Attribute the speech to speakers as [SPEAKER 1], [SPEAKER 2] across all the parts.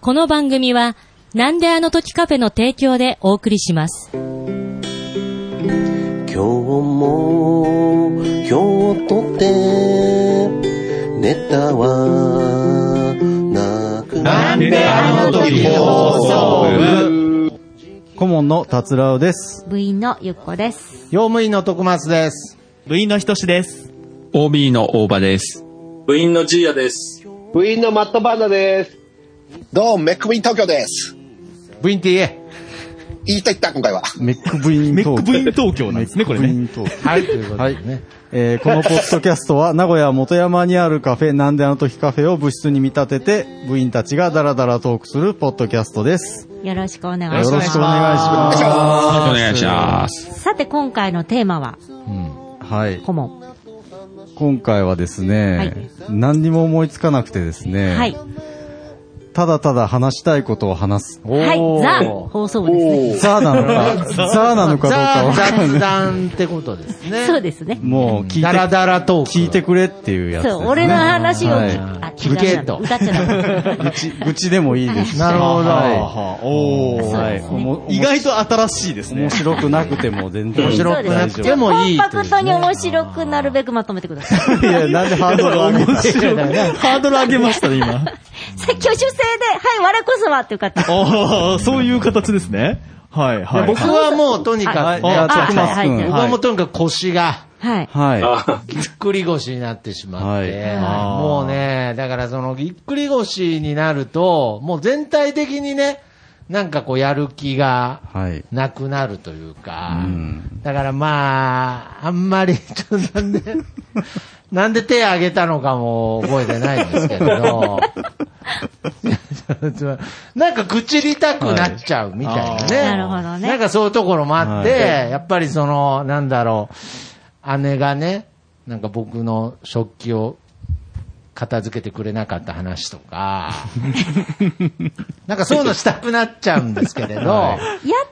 [SPEAKER 1] この番組は、なんであの時カフェの提供でお送りします。
[SPEAKER 2] 今日も今日とてネタはなく
[SPEAKER 3] なんであの時放送部顧問の達郎です。
[SPEAKER 4] 部員のゆっこです。
[SPEAKER 3] 用務員の徳松です。
[SPEAKER 5] 部員のひとしです。
[SPEAKER 6] OB の大場です。
[SPEAKER 7] 部員のジーヤです。
[SPEAKER 8] 部員のマットバンダです。
[SPEAKER 9] どうも、メック部員東京です。
[SPEAKER 3] 部員って言え。
[SPEAKER 9] 言いたいった、今回は。
[SPEAKER 3] メック部員
[SPEAKER 5] メ
[SPEAKER 3] 東京
[SPEAKER 5] ック部員東京なんですね、これ
[SPEAKER 3] メ
[SPEAKER 5] ね。
[SPEAKER 3] ック部員東京。はい、ということでね。えーこのポッドキャストは、名古屋元山にあるカフェ、なんであの時カフェを部室に見立てて、部員たちがダラダラトークするポッドキャストです。
[SPEAKER 4] よろしくお願い
[SPEAKER 3] よろ
[SPEAKER 4] し
[SPEAKER 3] しくお
[SPEAKER 4] ま
[SPEAKER 3] 願い
[SPEAKER 4] す。
[SPEAKER 3] します。
[SPEAKER 6] お願いします。
[SPEAKER 4] さて今回のテーマは、
[SPEAKER 3] はい。
[SPEAKER 4] 顧問。
[SPEAKER 3] 今回はですね、
[SPEAKER 4] は
[SPEAKER 3] 何にも思いつかなくてですね、
[SPEAKER 4] はい。
[SPEAKER 3] ただただ話したいことを話す。
[SPEAKER 4] はい。ザ放送部ですね。
[SPEAKER 3] ザ ーなのか、ザーなのかどうかわかんない。
[SPEAKER 10] 談ってことですね。
[SPEAKER 4] そうですね。
[SPEAKER 3] もう聞い
[SPEAKER 10] ダラ
[SPEAKER 3] て、
[SPEAKER 10] ダラトーク。
[SPEAKER 3] 聞いてくれっていうやつです、
[SPEAKER 4] そう、
[SPEAKER 3] ね。
[SPEAKER 4] 俺の話を
[SPEAKER 3] はい
[SPEAKER 4] 聞
[SPEAKER 10] 聞けと
[SPEAKER 4] 歌っちゃダメ
[SPEAKER 3] 愚痴、愚痴でもいいですし。
[SPEAKER 10] なるほど。
[SPEAKER 3] はい。はい
[SPEAKER 5] おー。
[SPEAKER 4] そうですね
[SPEAKER 3] おも
[SPEAKER 5] 意外と新しいですね
[SPEAKER 3] 面。白くなくても全然。
[SPEAKER 10] 面白くなくてもいい
[SPEAKER 4] コン
[SPEAKER 10] とい
[SPEAKER 4] パ
[SPEAKER 10] う
[SPEAKER 4] クトに面白くなるべくまとめてください。
[SPEAKER 3] いや、なんでハードル上げた
[SPEAKER 5] ハードル上げましたね、 今。
[SPEAKER 4] さっき挙手制で、はい、我こそはっていう方。
[SPEAKER 5] おー、そういう形ですね。はい、はい。
[SPEAKER 10] 僕はもうとにかく
[SPEAKER 3] いや、
[SPEAKER 10] ね、
[SPEAKER 3] 徳松
[SPEAKER 4] はい
[SPEAKER 3] 君。
[SPEAKER 10] 僕
[SPEAKER 3] はい。
[SPEAKER 10] はもうとにかく腰が、
[SPEAKER 4] はい。
[SPEAKER 3] は
[SPEAKER 7] あ
[SPEAKER 10] ぎっくり腰になってしまって、
[SPEAKER 3] はい
[SPEAKER 5] あー
[SPEAKER 10] もうね、だからそのぎっくり腰になると、もう全体的にね、なんかこうやる気が
[SPEAKER 3] い。はい。
[SPEAKER 10] なくなるというか、
[SPEAKER 3] うん
[SPEAKER 10] だからまあ、あんまり、ちょっとなんで、 なんで手挙げたのかも覚えてないんですけれど、なんか口りたくなっちゃうみたいなね。
[SPEAKER 4] はいなるほどね
[SPEAKER 10] なんかそういうところもあって、
[SPEAKER 3] は
[SPEAKER 10] やっぱりその、なんだろう、姉がね、なんか僕の食器を片付けてくれなかった話とか、なんかそういうのしたくなっちゃうんですけれど、
[SPEAKER 4] やってくれたこ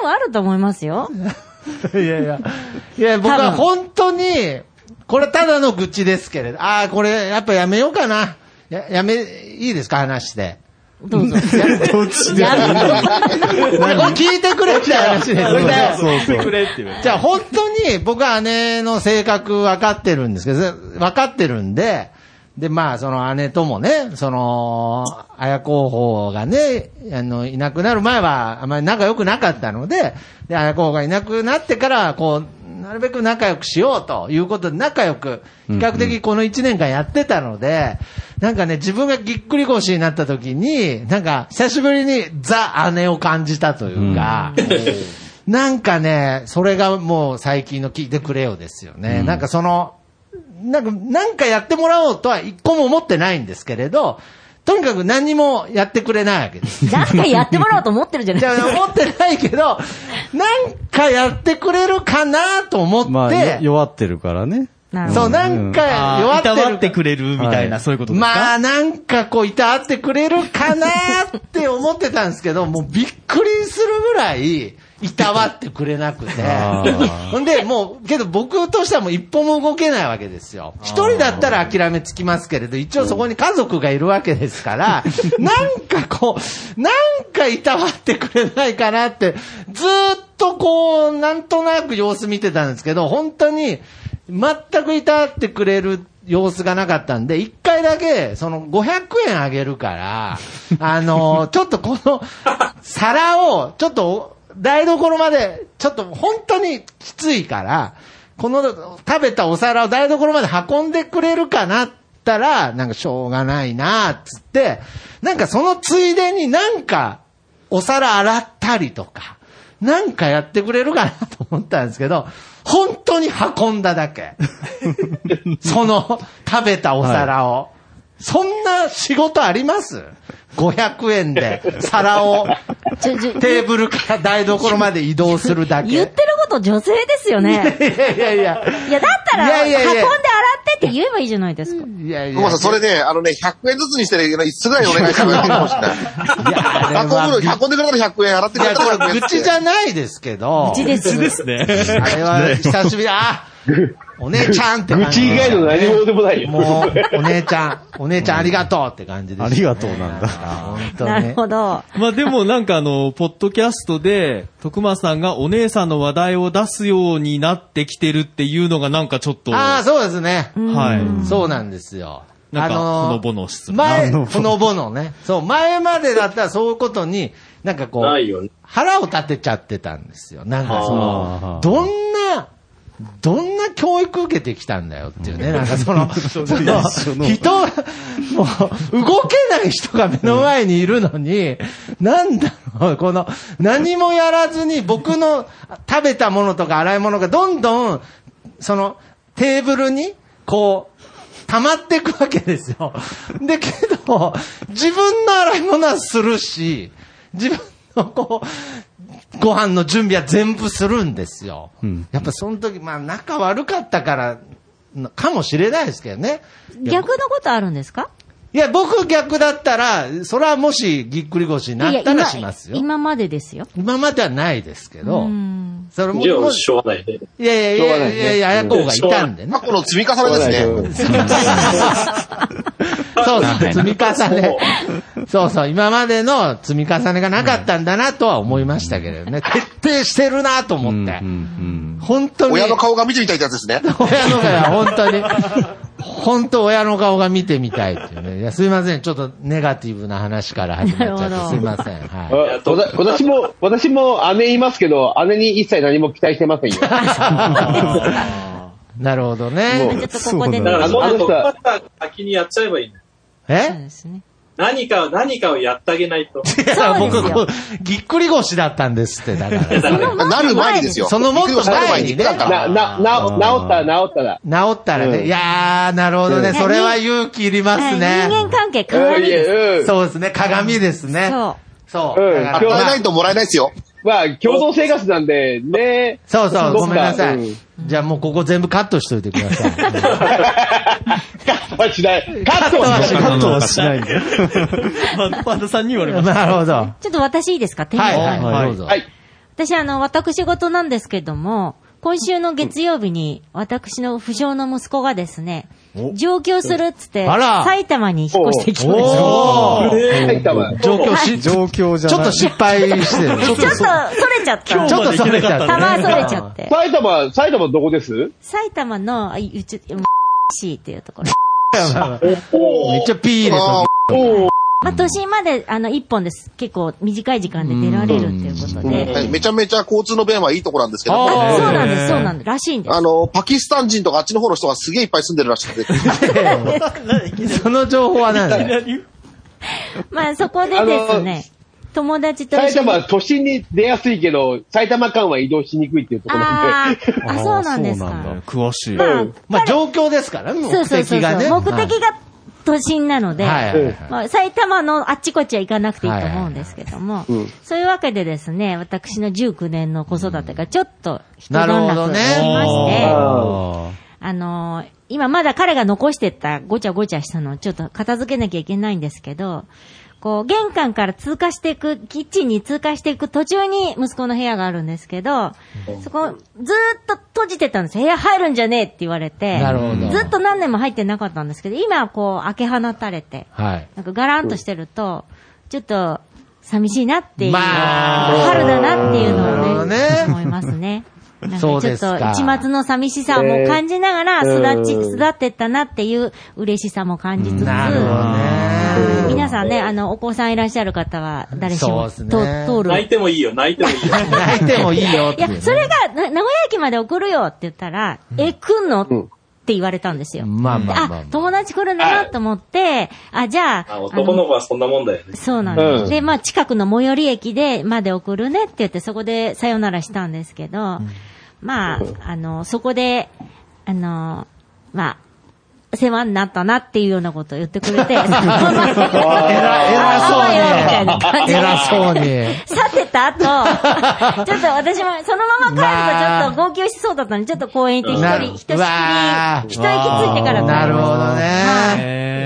[SPEAKER 4] ともあると思いますよ。
[SPEAKER 10] いやいや。いや、僕は本当に、これただの愚痴ですけれど、ああ、これやっぱやめようかな。や、やめ、いいですか話して。
[SPEAKER 4] どうぞ。
[SPEAKER 3] どっちで
[SPEAKER 10] これ聞いてくれって話ですよね。
[SPEAKER 3] そうそう。
[SPEAKER 5] くれっていう。
[SPEAKER 10] じゃあ本当に僕は姉の性格分かってるんですけど、分かってるんで、で、まあ、その姉ともね、その、綾候補がね、あの、いなくなる前は、あまり仲良くなかったので、で、綾候補がいなくなってから、こう、なるべく仲良くしようということで、仲良く、比較的この1年間やってたので、なんかね、自分がぎっくり腰になった時に、なんか、久しぶりにザ・姉を感じたというか、なんかね、それがもう最近の聞いてくれよですよね。なんかその、なんか、なんかやってもらおうとは一個も思ってないんですけれど、とにかく何にもやってくれないわけです。
[SPEAKER 4] だってやってもらおうと思ってるじゃない
[SPEAKER 10] じ
[SPEAKER 4] で
[SPEAKER 10] ゃ
[SPEAKER 4] す
[SPEAKER 10] あ
[SPEAKER 4] か。
[SPEAKER 10] 思ってないけど、なんかやってくれるかなと思って、
[SPEAKER 3] まあ、よ弱ってるからね。
[SPEAKER 4] なるほ
[SPEAKER 10] そう、
[SPEAKER 4] ど。
[SPEAKER 10] なんか
[SPEAKER 5] あー
[SPEAKER 10] 弱
[SPEAKER 5] いたわっ
[SPEAKER 10] っててる。
[SPEAKER 5] くれるみたいな、
[SPEAKER 3] はい
[SPEAKER 5] そういうことですか
[SPEAKER 10] まあ、なんかこう、いたわってくれるかなって思ってたんですけど、もうびっくりするぐらい、いたわってくれなくて。
[SPEAKER 3] あー
[SPEAKER 10] ほんで、もう、けど僕としてはもう一歩も動けないわけですよ。一人だったら諦めつきますけれど、一応そこに家族がいるわけです から、なんかこう、なんかいたわってくれないかなって、ずーっとこう、なんとなく様子見てたんですけど、本当に、全くいたわってくれる様子がなかったんで、一回だけ、その500円あげるから、あの、ちょっとこの、皿を、ちょっと、台所まで、ちょっと本当にきついから、この食べたお皿を台所まで運んでくれるかなったら、なんかしょうがないな、つって、なんかそのついでになんか、お皿洗ったりとか、なんかやってくれるかなと思ったんですけど、本当に運んだだけ。その食べたお皿を。そんな仕事あります ?500 円で皿を
[SPEAKER 4] ちょちょ
[SPEAKER 10] テーブルから台所まで移動するだけ。
[SPEAKER 4] 言ってること女性ですよね。
[SPEAKER 10] いやいやいや。
[SPEAKER 4] いや、だったら、
[SPEAKER 10] いやいやいや
[SPEAKER 4] 運んで洗ってって言えばいいじゃないですか。
[SPEAKER 10] いやい
[SPEAKER 9] ごめんなさい、それね、あのね、100円ずつにしてね、5つぐらいお願いしてくれるかもしれない。
[SPEAKER 10] あれは
[SPEAKER 9] 運ぶのに運んでくれたら100円、洗って
[SPEAKER 10] い
[SPEAKER 9] くれ
[SPEAKER 10] や、
[SPEAKER 9] たら
[SPEAKER 10] こ
[SPEAKER 9] 100円。
[SPEAKER 10] れ愚痴じゃないですけど。
[SPEAKER 4] うちです。
[SPEAKER 5] ですね。
[SPEAKER 10] あれは久しぶり、あ、お姉ちゃんって
[SPEAKER 8] 愚
[SPEAKER 10] 感じ
[SPEAKER 8] 痴以外の何もでもないよ。
[SPEAKER 10] もう、お姉ちゃん、お姉ちゃんありがとうって感じです、ね。
[SPEAKER 3] ありがとうなんだ
[SPEAKER 10] あー。本当
[SPEAKER 4] なる
[SPEAKER 10] ね。
[SPEAKER 4] ほど。
[SPEAKER 5] まあでもなんかあの、ポッドキャストで、徳間さんがお姉さんの話題を出すようになってきてるっていうのがなんかちょっと、
[SPEAKER 10] ああ、
[SPEAKER 5] は
[SPEAKER 10] そうですね。
[SPEAKER 5] い。
[SPEAKER 10] そうなんですよ。
[SPEAKER 5] なんか、
[SPEAKER 10] ー
[SPEAKER 5] ほのぼの質問。
[SPEAKER 10] 前、
[SPEAKER 3] ほのぼの
[SPEAKER 10] ほのぼのね。そう、前までだったらそういうことに、なんかこう、
[SPEAKER 7] ないよね。
[SPEAKER 10] 腹を立てちゃってたんですよ。なんかそ
[SPEAKER 3] あ
[SPEAKER 10] の
[SPEAKER 3] ー、
[SPEAKER 10] どんな、どんな教育受けてきたんだよっていうね。なんかその、 その人、もう、動けない人が目の前にいるのに、なんだろう、この、何もやらずに僕の食べたものとか洗い物がどんどん、その、テーブルに、こう、溜まっていくわけですよ。で、けど、自分の洗い物はするし、自分のこう、ご飯の準備は全部するんですよ。
[SPEAKER 3] うん
[SPEAKER 10] やっぱその時、まあ仲悪かったから、かもしれないですけどね。
[SPEAKER 4] 逆のことあるんですか
[SPEAKER 10] いや、僕逆だったら、それはもしぎっくり腰になったらしますよ。
[SPEAKER 4] いや
[SPEAKER 10] 今
[SPEAKER 4] 今今までですよ。
[SPEAKER 10] まではないですけ
[SPEAKER 4] う
[SPEAKER 10] ど、
[SPEAKER 4] ん
[SPEAKER 10] それも、
[SPEAKER 7] じゃ
[SPEAKER 10] も
[SPEAKER 7] あ、
[SPEAKER 10] し
[SPEAKER 7] しょうがないね。
[SPEAKER 10] いやいやい
[SPEAKER 8] しょうが
[SPEAKER 10] や
[SPEAKER 8] ない
[SPEAKER 10] い
[SPEAKER 8] ね
[SPEAKER 10] やいや、や子がいたんでね
[SPEAKER 9] 過。去の積み重ねですね。
[SPEAKER 10] そうそう、
[SPEAKER 6] はい
[SPEAKER 10] 積み重ね。そうそう、今までの積み重ねがなかったんだなとは思いましたけれどね。徹底してるなと思って
[SPEAKER 3] うん。うん
[SPEAKER 10] 本当に。
[SPEAKER 9] 親の顔が見てみたいってやつですね。
[SPEAKER 10] 親の顔本当に。本当親の顔が見てみたいっていうね。いや、すいません。ちょっとネガティブな話から始まっちゃ
[SPEAKER 4] なる
[SPEAKER 10] っ
[SPEAKER 4] ほ
[SPEAKER 10] て。
[SPEAKER 4] ど
[SPEAKER 10] すいません。は
[SPEAKER 8] わ私も、私も姉いますけど、姉に一切何も期待してま せんよ。
[SPEAKER 10] い。なるほどね。
[SPEAKER 4] ちょっとここで
[SPEAKER 3] そうな
[SPEAKER 7] だか
[SPEAKER 3] ん
[SPEAKER 7] ら、そ
[SPEAKER 8] あの
[SPEAKER 7] の
[SPEAKER 8] 人
[SPEAKER 7] 徳
[SPEAKER 8] は
[SPEAKER 7] 間さんが先にやっちゃえばいいんだよ。
[SPEAKER 4] そう
[SPEAKER 10] え
[SPEAKER 4] ですね。
[SPEAKER 7] 何か、何かをやってあげないと。
[SPEAKER 10] いや、僕
[SPEAKER 4] そうですよ
[SPEAKER 10] こう、ぎっくり腰だったんですって、だから。
[SPEAKER 9] なる前にですよ。
[SPEAKER 10] そのもっと前に
[SPEAKER 9] びっくり腰なる前に
[SPEAKER 10] ね
[SPEAKER 9] 来たんから
[SPEAKER 8] な、な、な、治ったら治ったら。
[SPEAKER 10] 治ったらね、
[SPEAKER 8] うん
[SPEAKER 10] いやー、なるほどね。
[SPEAKER 4] ん
[SPEAKER 10] それは勇気いります
[SPEAKER 4] はい
[SPEAKER 10] ね。
[SPEAKER 4] 人間関係変わ
[SPEAKER 8] うん、
[SPEAKER 4] り
[SPEAKER 8] い
[SPEAKER 4] です。
[SPEAKER 8] や、うん。
[SPEAKER 10] そうですね、鏡ですね。
[SPEAKER 4] そ
[SPEAKER 10] そう。
[SPEAKER 8] うん
[SPEAKER 10] だ
[SPEAKER 9] 与
[SPEAKER 10] からまあ
[SPEAKER 9] えないともらえないですよ。
[SPEAKER 8] まあ、共同生活なんで、ね。
[SPEAKER 10] そうそう、ごめんなさ
[SPEAKER 8] う
[SPEAKER 10] い
[SPEAKER 8] ん。
[SPEAKER 10] じゃあもうここ全部カットしといてください。
[SPEAKER 8] カットはしない。カット
[SPEAKER 10] は
[SPEAKER 8] は
[SPEAKER 10] し
[SPEAKER 6] な
[SPEAKER 10] ないい
[SPEAKER 3] カットはしないんで。
[SPEAKER 5] パパンダさんに言われました。
[SPEAKER 10] なるほど。は
[SPEAKER 4] う。ちょっと私いいですか
[SPEAKER 10] い、
[SPEAKER 4] 手に
[SPEAKER 10] はい、どうぞ。
[SPEAKER 8] はい。
[SPEAKER 4] 私、あの、私事なんですけども、今週の月曜日に、私の不詳の息子がですね、上京するっつって、
[SPEAKER 10] あら
[SPEAKER 4] 埼玉に引っ越してきました。
[SPEAKER 10] おー
[SPEAKER 8] 埼玉。
[SPEAKER 10] 状況し、ち
[SPEAKER 3] 状況じゃ
[SPEAKER 10] ょっ
[SPEAKER 3] な
[SPEAKER 10] と
[SPEAKER 3] い。
[SPEAKER 10] 失敗してる。
[SPEAKER 4] ちょっと、それちゃった。
[SPEAKER 10] ちょっとそれちゃっ
[SPEAKER 4] 球
[SPEAKER 10] た。
[SPEAKER 4] それちゃって。
[SPEAKER 8] 埼玉、埼玉どこです
[SPEAKER 4] 埼玉の、あいう ち、市っていうところ。
[SPEAKER 10] めっちゃピー入れと
[SPEAKER 4] まあ、都心まで、あの、一本です。結構短い時間で出られるっていうことで。
[SPEAKER 9] はいめちゃめちゃ交通の便はいいとこなんですけど、
[SPEAKER 10] あ
[SPEAKER 4] あ
[SPEAKER 10] ー
[SPEAKER 4] そうなんです、そうなんです。らしいんです
[SPEAKER 9] あ。の、パキスタン人とかあっちの方の人がすげえいっぱい住んでるらし くて。
[SPEAKER 10] く。その情報は何だ
[SPEAKER 4] まあ、そこでですね、友達と
[SPEAKER 8] 埼
[SPEAKER 4] 一緒に
[SPEAKER 8] 玉は都心に出やすいけど、埼玉間は移動しにくいっていうところな
[SPEAKER 4] あ
[SPEAKER 8] んで。
[SPEAKER 4] ー あ、そうなんです
[SPEAKER 3] そうな
[SPEAKER 4] か。
[SPEAKER 3] ん
[SPEAKER 5] 詳しい。
[SPEAKER 4] まあ、
[SPEAKER 10] まあ状況ですから、目
[SPEAKER 4] そうそうそうそう。
[SPEAKER 10] 的がね。
[SPEAKER 4] 目的が都心なので、
[SPEAKER 10] はいはいはい
[SPEAKER 4] まあ、埼玉のあっちこっちは行かなくていいと思うんですけども、そういうわけでですね、私の19年の子育てがちょっと一段
[SPEAKER 10] なるほど
[SPEAKER 4] 落
[SPEAKER 10] ね
[SPEAKER 4] しまして、
[SPEAKER 10] あ
[SPEAKER 4] あのー今まだ彼が残してたごちゃごちゃしたのをちょっと片付けなきゃいけないんですけど、こう、玄関から通過していく、キッチンに通過していく途中に息子の部屋があるんですけど、そこ、ずーっと閉じてたんですよ。部屋入るんじゃねえって言われて。
[SPEAKER 10] なるほど
[SPEAKER 4] ずっと何年も入ってなかったんですけど、今こう、開け放たれて、
[SPEAKER 10] ーはい。
[SPEAKER 4] なんかガランとしてると、ちょっと、寂しいなっていう、
[SPEAKER 10] まあ
[SPEAKER 4] 春だなっていう
[SPEAKER 10] なるほ
[SPEAKER 4] の
[SPEAKER 10] ど
[SPEAKER 4] を
[SPEAKER 10] ね
[SPEAKER 4] ね、思いますね。なんかちょ
[SPEAKER 10] そう
[SPEAKER 4] っ
[SPEAKER 10] で
[SPEAKER 4] と、
[SPEAKER 10] すか
[SPEAKER 4] 一抹の寂しさも感じながら、育ち、育ってったなっていう嬉しさも感じつつ、
[SPEAKER 10] なるほどね。
[SPEAKER 4] 皆さんね、あの、お子さんいらっしゃる方は、誰し
[SPEAKER 10] そう
[SPEAKER 4] も、
[SPEAKER 10] ですね
[SPEAKER 4] と通る
[SPEAKER 7] 泣いてもいいよ、泣いてもいいよ。
[SPEAKER 10] 泣いてもいいよっ
[SPEAKER 4] い
[SPEAKER 10] ていうね
[SPEAKER 4] や、それが、な名古屋駅まで送るよって言ったら、え、来んのって言われたんですよ。
[SPEAKER 10] まあまあまあまあ
[SPEAKER 4] あ、友達来るんだなと思って、あ、じゃあ、
[SPEAKER 7] あ男の子はそんなもんだよ
[SPEAKER 4] あ
[SPEAKER 7] ね
[SPEAKER 4] の。そうなんです。
[SPEAKER 8] うん
[SPEAKER 4] で、まあ、近くの最寄り駅で、まで送るねって言って、そこでさよならしたんですけど、まあ、あの、そこで、あの、まあ、世話になったなっていうようなことを言ってく れて、その あわよみたいな感じで
[SPEAKER 10] 偉そうに。偉そうに。
[SPEAKER 4] 去ってた 後、ちょっと私もそのまま帰るとちょっと号泣しそうだったんで、ちょっと公園行って
[SPEAKER 10] な
[SPEAKER 4] 一
[SPEAKER 10] る
[SPEAKER 4] 人、ひとしきり、
[SPEAKER 10] わ
[SPEAKER 4] 一
[SPEAKER 10] ー
[SPEAKER 4] 息ついてから帰りました
[SPEAKER 10] なるほどね。
[SPEAKER 4] はい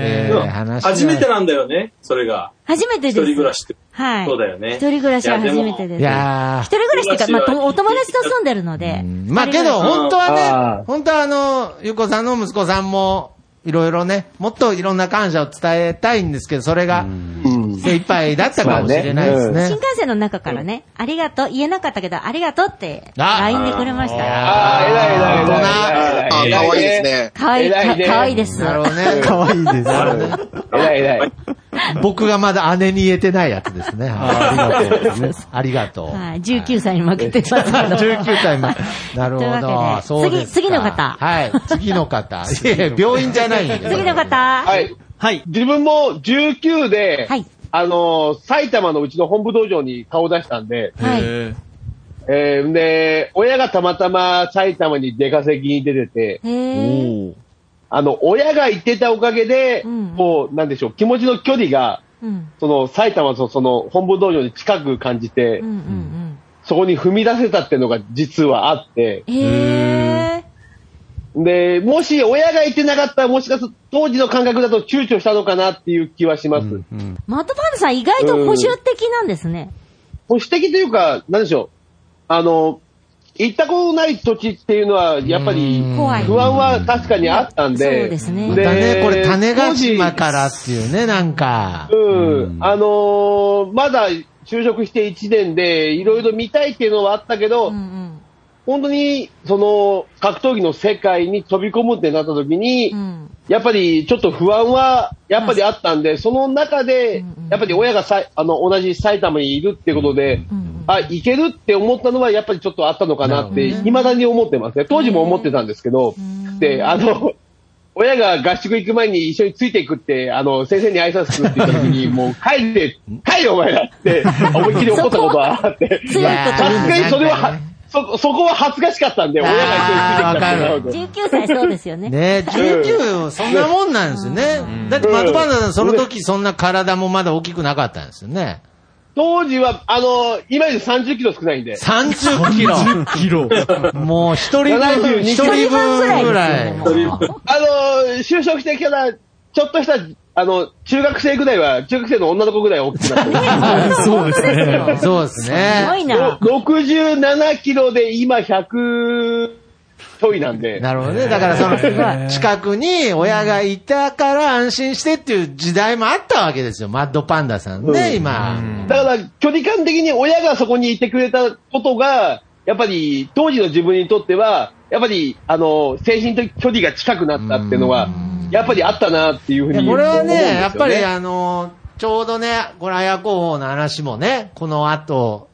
[SPEAKER 10] え
[SPEAKER 7] でも
[SPEAKER 10] ー話が
[SPEAKER 7] 初めてなんだよね、それが。
[SPEAKER 4] 初めて
[SPEAKER 7] 一
[SPEAKER 4] です。
[SPEAKER 7] 人暮らしって。
[SPEAKER 4] はい。
[SPEAKER 7] そうだよね
[SPEAKER 4] 一人暮らしは初めてです。
[SPEAKER 10] いやー
[SPEAKER 4] 一人暮らしっていうか、まあと、お
[SPEAKER 7] 一人
[SPEAKER 4] 友
[SPEAKER 7] 暮ら
[SPEAKER 4] 達
[SPEAKER 7] し
[SPEAKER 4] と住んでるので。
[SPEAKER 10] まあけど、本当は
[SPEAKER 8] あ
[SPEAKER 10] ね
[SPEAKER 8] ー、
[SPEAKER 10] 本当はあの、ゆうこさんの息子さんも、いろいろね、もっといろんな感謝を伝えたいんですけど、それが
[SPEAKER 9] うん。
[SPEAKER 10] 精一杯だったかもしれないです
[SPEAKER 4] 新
[SPEAKER 10] ね
[SPEAKER 4] 幹。線の中からね、ありがとう、言えなかったけど、ありがとうって、
[SPEAKER 10] あ
[SPEAKER 4] LINE でくれまし
[SPEAKER 10] あ
[SPEAKER 4] た。
[SPEAKER 8] ああ、偉い偉い偉い偉い。
[SPEAKER 9] あ、可愛いですね。
[SPEAKER 4] かわいい、
[SPEAKER 8] 偉いね
[SPEAKER 4] かわいいです。
[SPEAKER 10] なるほど ね。
[SPEAKER 3] かわいいです。
[SPEAKER 8] 偉い偉い。
[SPEAKER 10] 僕がまだ姉に言えてないやつですね。ありがとう。ありがとう。
[SPEAKER 4] はい、19歳に負けてますけ ど。
[SPEAKER 10] 19歳まで。なるほ
[SPEAKER 4] というわけ
[SPEAKER 10] ど。
[SPEAKER 4] で
[SPEAKER 10] そうですか
[SPEAKER 4] 次次の方
[SPEAKER 10] はい。次の方。いやいや病院じゃないんで。
[SPEAKER 4] 次の方。
[SPEAKER 8] は
[SPEAKER 4] はい。
[SPEAKER 8] い。
[SPEAKER 5] はい。
[SPEAKER 8] 自分も19で、
[SPEAKER 4] はい
[SPEAKER 8] あのー埼玉のうちの本部道場に顔出したんで、
[SPEAKER 5] え
[SPEAKER 8] えー、で、親がたまたま埼玉に出稼ぎに出てて、
[SPEAKER 4] へ
[SPEAKER 5] ー
[SPEAKER 4] ー。
[SPEAKER 5] おー
[SPEAKER 8] あの、親が行ってたおかげで、
[SPEAKER 4] うん
[SPEAKER 8] もう、なんでしょう、気持ちの距離が、
[SPEAKER 4] うん。
[SPEAKER 8] その、埼玉とその、本部道場に近く感じて、
[SPEAKER 4] うんうんうん。
[SPEAKER 8] そこに踏み出せたっていうのが実はあって、
[SPEAKER 4] へー。
[SPEAKER 8] で、もし親が行ってなかったら、もしかすると当時の感覚だと躊躇したのかなっていう気はします。
[SPEAKER 4] マットパンダさん意外と保守的なんですね。
[SPEAKER 8] 保守的というか、なんでしょう。あの、行ったことない土地っていうのは、やっぱり、
[SPEAKER 10] うん
[SPEAKER 4] 怖い。
[SPEAKER 8] 不安は確かにあったんで。
[SPEAKER 4] そうですね
[SPEAKER 10] またね、これ種
[SPEAKER 8] 当
[SPEAKER 10] 子
[SPEAKER 8] 時
[SPEAKER 10] 島からっていうね、なんか。
[SPEAKER 8] うん。あのーまだ就職して1年で、いろいろ見たいっていうのはあったけど、
[SPEAKER 4] うんうん。
[SPEAKER 8] 本当に、その、格闘技の世界に飛び込むってなった時に、
[SPEAKER 4] うん。
[SPEAKER 8] やっぱりちょっと不安はやっぱりあったんで、その中で
[SPEAKER 4] うんうん、
[SPEAKER 8] やっぱり親がさいあの同じ埼玉にいるってことで、
[SPEAKER 4] ん
[SPEAKER 8] あ、行けるって思ったのはやっぱりちょっとあったのかな
[SPEAKER 4] なる
[SPEAKER 8] って、
[SPEAKER 4] ほどね
[SPEAKER 8] 未だに思ってますね。当時も思ってたんですけど、で、あの、親が合宿行く前に一緒についていくって、あの、先生に挨拶するって言った 時に、もう帰って、帰れお前らって、思いっきり怒ったことはあって、
[SPEAKER 4] 強いこと言う
[SPEAKER 8] さ
[SPEAKER 10] いや
[SPEAKER 8] す
[SPEAKER 10] ー
[SPEAKER 8] がにそれは
[SPEAKER 10] なんか
[SPEAKER 8] は
[SPEAKER 10] ね、
[SPEAKER 8] そ、そこは恥ずかしかったんで、親が一緒についてきたっていうのは
[SPEAKER 10] あーわかる
[SPEAKER 4] 19歳そうですよね。
[SPEAKER 10] ね19、そんなもんなんですよね。だって、マトパンダさん、その時そんな体もまだ大きくなかったんですよね。
[SPEAKER 8] 当時は、あの、今より30キロ少ないんで。
[SPEAKER 10] 30キロ。
[SPEAKER 3] キロ。
[SPEAKER 10] もう一人分、
[SPEAKER 8] 72
[SPEAKER 10] 一人分ぐらい。
[SPEAKER 4] 一人分ぐらいですよね
[SPEAKER 10] も
[SPEAKER 4] もう
[SPEAKER 10] う
[SPEAKER 8] あの、就職してきたら、ちょっとした、あの、中学生ぐらいは、中学生の女の子ぐらい大きくなってる
[SPEAKER 4] そうですよ。
[SPEAKER 10] そうです
[SPEAKER 4] すご
[SPEAKER 10] ね。
[SPEAKER 4] いな。
[SPEAKER 8] ろ67キロで今100ちょいなんで。
[SPEAKER 10] なるほどね。だからその、近くに親がいたから安心してっていう時代もあったわけですよ。マッドパンダさんね、今。
[SPEAKER 8] だから、距離感的に親がそこにいてくれたことが、やっぱり、当時の自分にとっては、やっぱり、あの、精神的距離が近くなったっていうのは、やっぱりあったなっていうふう
[SPEAKER 10] いや
[SPEAKER 8] に
[SPEAKER 10] これ
[SPEAKER 8] 思
[SPEAKER 10] はね、
[SPEAKER 8] うんですよ
[SPEAKER 10] やっぱりあの、ちょうどね、この綾候補の話もね、この後、